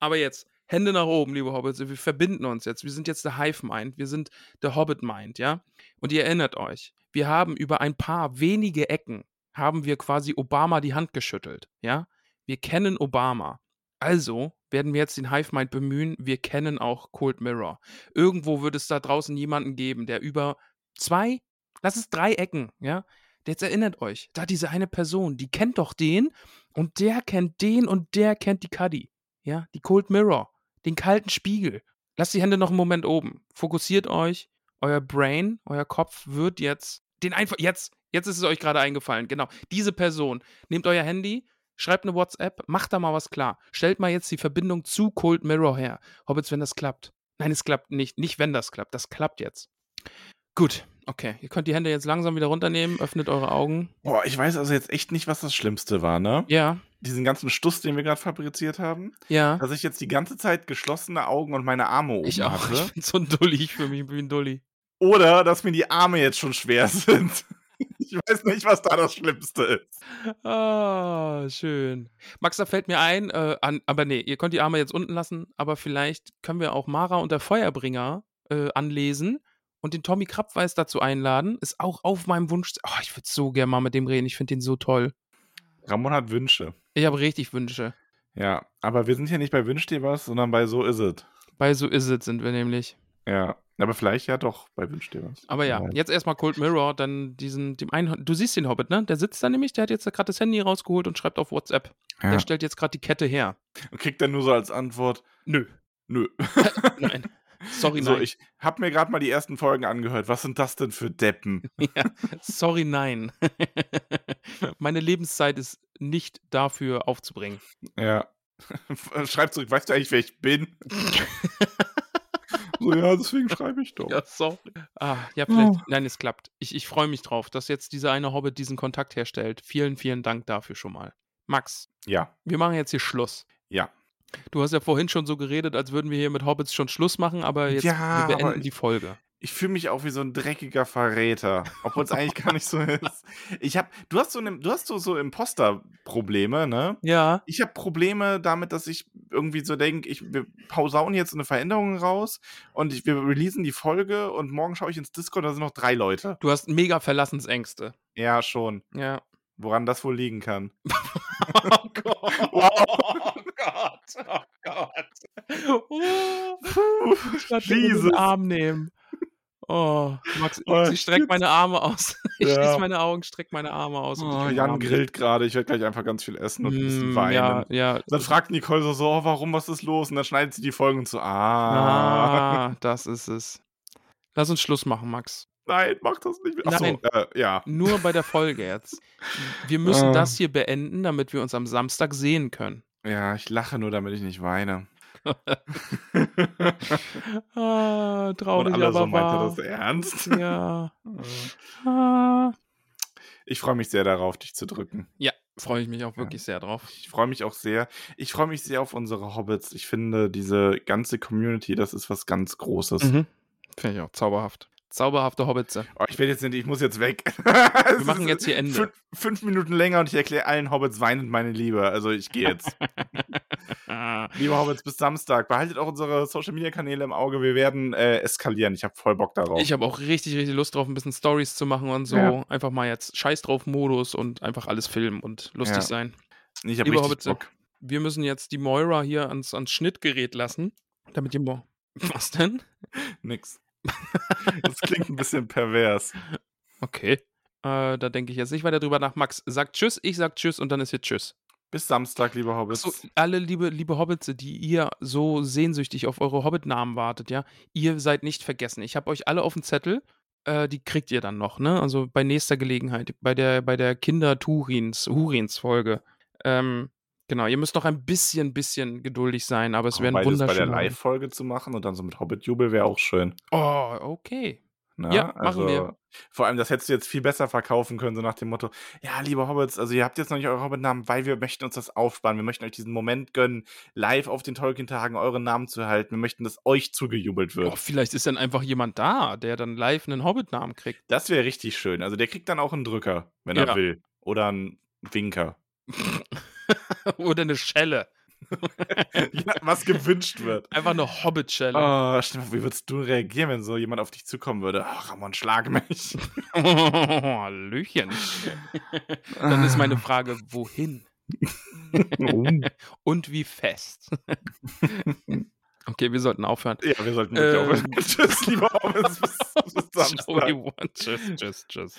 S1: Aber jetzt, Hände nach oben, liebe Hobbits. Wir verbinden uns jetzt. Wir sind jetzt der Hive-Mind. Wir sind der Hobbit-Mind, ja? Und ihr erinnert euch, wir haben über ein paar wenige Ecken, haben wir quasi Obama die Hand geschüttelt, ja? Wir kennen Obama. Also werden wir jetzt den Hive-Mind bemühen. Wir kennen auch Cold Mirror. Irgendwo wird es da draußen jemanden geben, der über zwei, lass es drei Ecken, ja? Jetzt erinnert euch, da diese eine Person, die kennt doch den und der kennt den und der kennt die Cuddy. Ja, die Cold Mirror, den kalten Spiegel. Lasst die Hände noch einen Moment oben. Fokussiert euch. Euer Brain, euer Kopf wird jetzt den einfach jetzt jetzt ist es euch gerade eingefallen. Genau, diese Person. Nehmt euer Handy, schreibt eine WhatsApp, macht da mal was klar. Stellt mal jetzt die Verbindung zu Cold Mirror her. Hobbits, wenn das klappt. Nein, es klappt nicht, nicht wenn das klappt. Das klappt jetzt. Gut. Okay, ihr könnt die Hände jetzt langsam wieder runternehmen, öffnet eure Augen.
S2: boah, ich weiß also jetzt echt nicht, was das Schlimmste war, ne?
S1: Ja,
S2: Diesen ganzen Stuss, den wir gerade fabriziert haben.
S1: ja.
S2: dass ich jetzt die ganze Zeit geschlossene Augen und meine Arme oben
S1: Ich auch.
S2: hatte.
S1: Ich bin so ein Dulli. Ich fühle mich wie ein Dulli.
S2: Oder dass mir die Arme jetzt schon schwer sind. Ich weiß nicht, was da das Schlimmste ist.
S1: Ah, schön. Max, da fällt mir ein, äh, an, aber nee, ihr könnt die Arme jetzt unten lassen, aber vielleicht können wir auch Mara und der Feuerbringer äh, anlesen und den Tommy Krabbeis dazu einladen. Ist auch auf meinem Wunsch. Oh, ich würde so gerne mal mit dem reden. Ich finde den so toll.
S2: Ramon hat Wünsche.
S1: Ich habe richtig Wünsche.
S2: Ja, aber wir sind hier nicht bei Wünsch dir was, sondern bei So ist es.
S1: Bei So Is It sind wir nämlich.
S2: Ja, aber vielleicht ja doch bei Wünsch dir was.
S1: Aber ja, jetzt erstmal Cold Mirror, dann diesen, dem einen, du siehst den Hobbit, ne? Der sitzt da nämlich, der hat jetzt gerade das Handy rausgeholt und schreibt auf WhatsApp.
S2: Ja.
S1: Der stellt jetzt gerade die Kette her.
S2: Und kriegt dann nur so als Antwort,
S1: Nö.
S2: nö.
S1: Nein. Sorry,
S2: So,
S1: nein.
S2: ich habe mir gerade mal die ersten Folgen angehört. Was sind das denn für Deppen?
S1: ja. Sorry, nein. Meine Lebenszeit ist nicht dafür aufzubringen.
S2: Ja. Schreib zurück, weißt du eigentlich, wer ich bin? so, ja, deswegen schreibe ich doch.
S1: sorry. Ah, ja, vielleicht. Nein, es klappt. Ich, ich freue mich drauf, dass jetzt dieser eine Hobbit diesen Kontakt herstellt. Vielen, vielen Dank dafür schon mal. Max,
S2: Ja,
S1: wir machen jetzt hier Schluss.
S2: ja.
S1: Du hast ja vorhin schon so geredet, als würden wir hier mit Hobbits schon Schluss machen, aber jetzt
S2: Ja,
S1: wir beenden
S2: aber-
S1: die Folge.
S2: Ich fühle mich auch wie so ein dreckiger Verräter, obwohl es eigentlich gar nicht so ist. Ich hab, du hast so, ne, du hast so, so Imposter-Probleme, ne?
S1: Ja.
S2: Ich habe Probleme damit, dass ich irgendwie so denke, ich, wir pausauen jetzt eine Veränderung raus und ich, wir releasen die Folge und morgen schaue ich ins Discord, da sind noch drei Leute.
S1: Du hast mega Verlassensängste.
S2: Ja, schon.
S1: Ja.
S2: Woran das wohl liegen kann.
S1: Oh Gott. Oh Gott. Oh Gott. Oh, ich kann Jesus.
S2: Jesus.
S1: Den Arm nehmen. Oh, Max,
S2: Oh,
S1: ich strecke
S2: shit.
S1: meine Arme aus. Ich
S2: Ja.
S1: schließe meine Augen, strecke meine Arme aus. und
S2: Oh,
S1: ich-
S2: Jan grillt gerade. Ich werde gleich einfach ganz viel essen und ein bisschen
S1: Mm,
S2: weinen.
S1: Ja, ja.
S2: Dann fragt Nicole so, so, oh, warum, was ist los? Und dann schneidet sie die Folgen und so, ah,
S1: Ah, das ist es. Lass uns Schluss machen, Max.
S2: nein, mach das nicht. mehr. Ach so,
S1: Nein.
S2: äh, ja.
S1: Nur bei der Folge jetzt. Wir müssen
S2: Ah.
S1: das hier beenden, damit wir uns am Samstag sehen können.
S2: Ja, ich lache nur, damit ich nicht weine.
S1: Ah, traurig,
S2: und alle
S1: aber
S2: so meint er
S1: wahr.
S2: das ernst.
S1: Ja. Ah.
S2: Ich freue mich sehr darauf, dich zu drücken.
S1: Ja, freue ich mich auch wirklich sehr drauf.
S2: Ich freue mich auch sehr. Ich freue mich sehr auf unsere Hobbits. Ich finde, diese ganze Community, das ist was ganz Großes.
S1: Mhm. Finde ich auch zauberhaft. Zauberhafte Hobbits.
S2: Oh, ich werde jetzt nicht, ich muss jetzt weg.
S1: Wir machen jetzt hier Ende.
S2: Fünf, fünf Minuten länger und ich erkläre allen Hobbits weinend meine Liebe. Also ich gehe jetzt.
S1: Ah.
S2: Liebe Hobbits, bis Samstag. Behaltet auch unsere Social Media Kanäle im Auge. Wir werden äh, eskalieren. Ich habe voll Bock darauf.
S1: Ich habe auch richtig, richtig Lust drauf, ein bisschen Stories zu machen und so.
S2: Ja.
S1: Einfach mal jetzt Scheiß drauf Modus und einfach alles filmen und lustig
S2: Ja.
S1: sein.
S2: ich habe
S1: liebe
S2: richtig
S1: Hobbits,
S2: Bock.
S1: Wir müssen jetzt die Moira hier ans, ans Schnittgerät lassen, damit die Mo Was denn?
S2: Nix. Das klingt ein bisschen pervers.
S1: Okay. Äh, da denke ich jetzt nicht weiter drüber nach. Max sagt Tschüss, ich sag Tschüss und dann ist hier Tschüss.
S2: Bis Samstag, liebe Hobbits.
S1: So, alle liebe, liebe Hobbits, die ihr so sehnsüchtig auf eure Hobbit-Namen wartet, ja, ihr seid nicht vergessen. Ich habe euch alle auf dem Zettel. Äh, die kriegt ihr dann noch, ne? Also bei nächster Gelegenheit, bei der, bei der Kinder-Turins, Hurins-Folge. Ähm, genau, ihr müsst noch ein bisschen, bisschen geduldig sein, aber es
S2: Wobei,
S1: werden
S2: das bei der
S1: wunderschöne.
S2: Live-Folge zu machen und dann so mit Hobbit-Jubel wäre auch schön.
S1: oh, okay.
S2: Ne?
S1: Ja, machen wir.
S2: Vor allem, das hättest du jetzt viel besser verkaufen können, so nach dem Motto, ja, liebe Hobbits, also ihr habt jetzt noch nicht eure Hobbit-Namen, weil wir möchten uns das aufsparen. Wir möchten euch diesen Moment gönnen, live auf den Tolkien-Tagen euren Namen zu erhalten. Wir möchten, dass euch zugejubelt wird.
S1: Oh, vielleicht ist dann einfach jemand da, der dann live einen Hobbit-Namen kriegt.
S2: Das wäre richtig schön. Also der kriegt dann auch einen Drücker, wenn
S1: Ja.
S2: er will. Oder einen Winker.
S1: Oder eine Schelle.
S2: ja, was gewünscht wird.
S1: Einfach eine Hobbit-Schelle.
S2: Oh, stimmt. Wie würdest du reagieren, wenn so jemand auf dich zukommen würde? Ach, Ramon, schlag mich.
S1: Hallöchen. Dann ist meine Frage, wohin und wie fest? okay, wir sollten aufhören.
S2: Ja, wir sollten wirklich
S1: Ähm.
S2: aufhören. Tschüss, lieber Hobbits. Bis, bis
S1: Ciao,
S2: Samstag.
S1: everyone. Tschüss, tschüss, tschüss.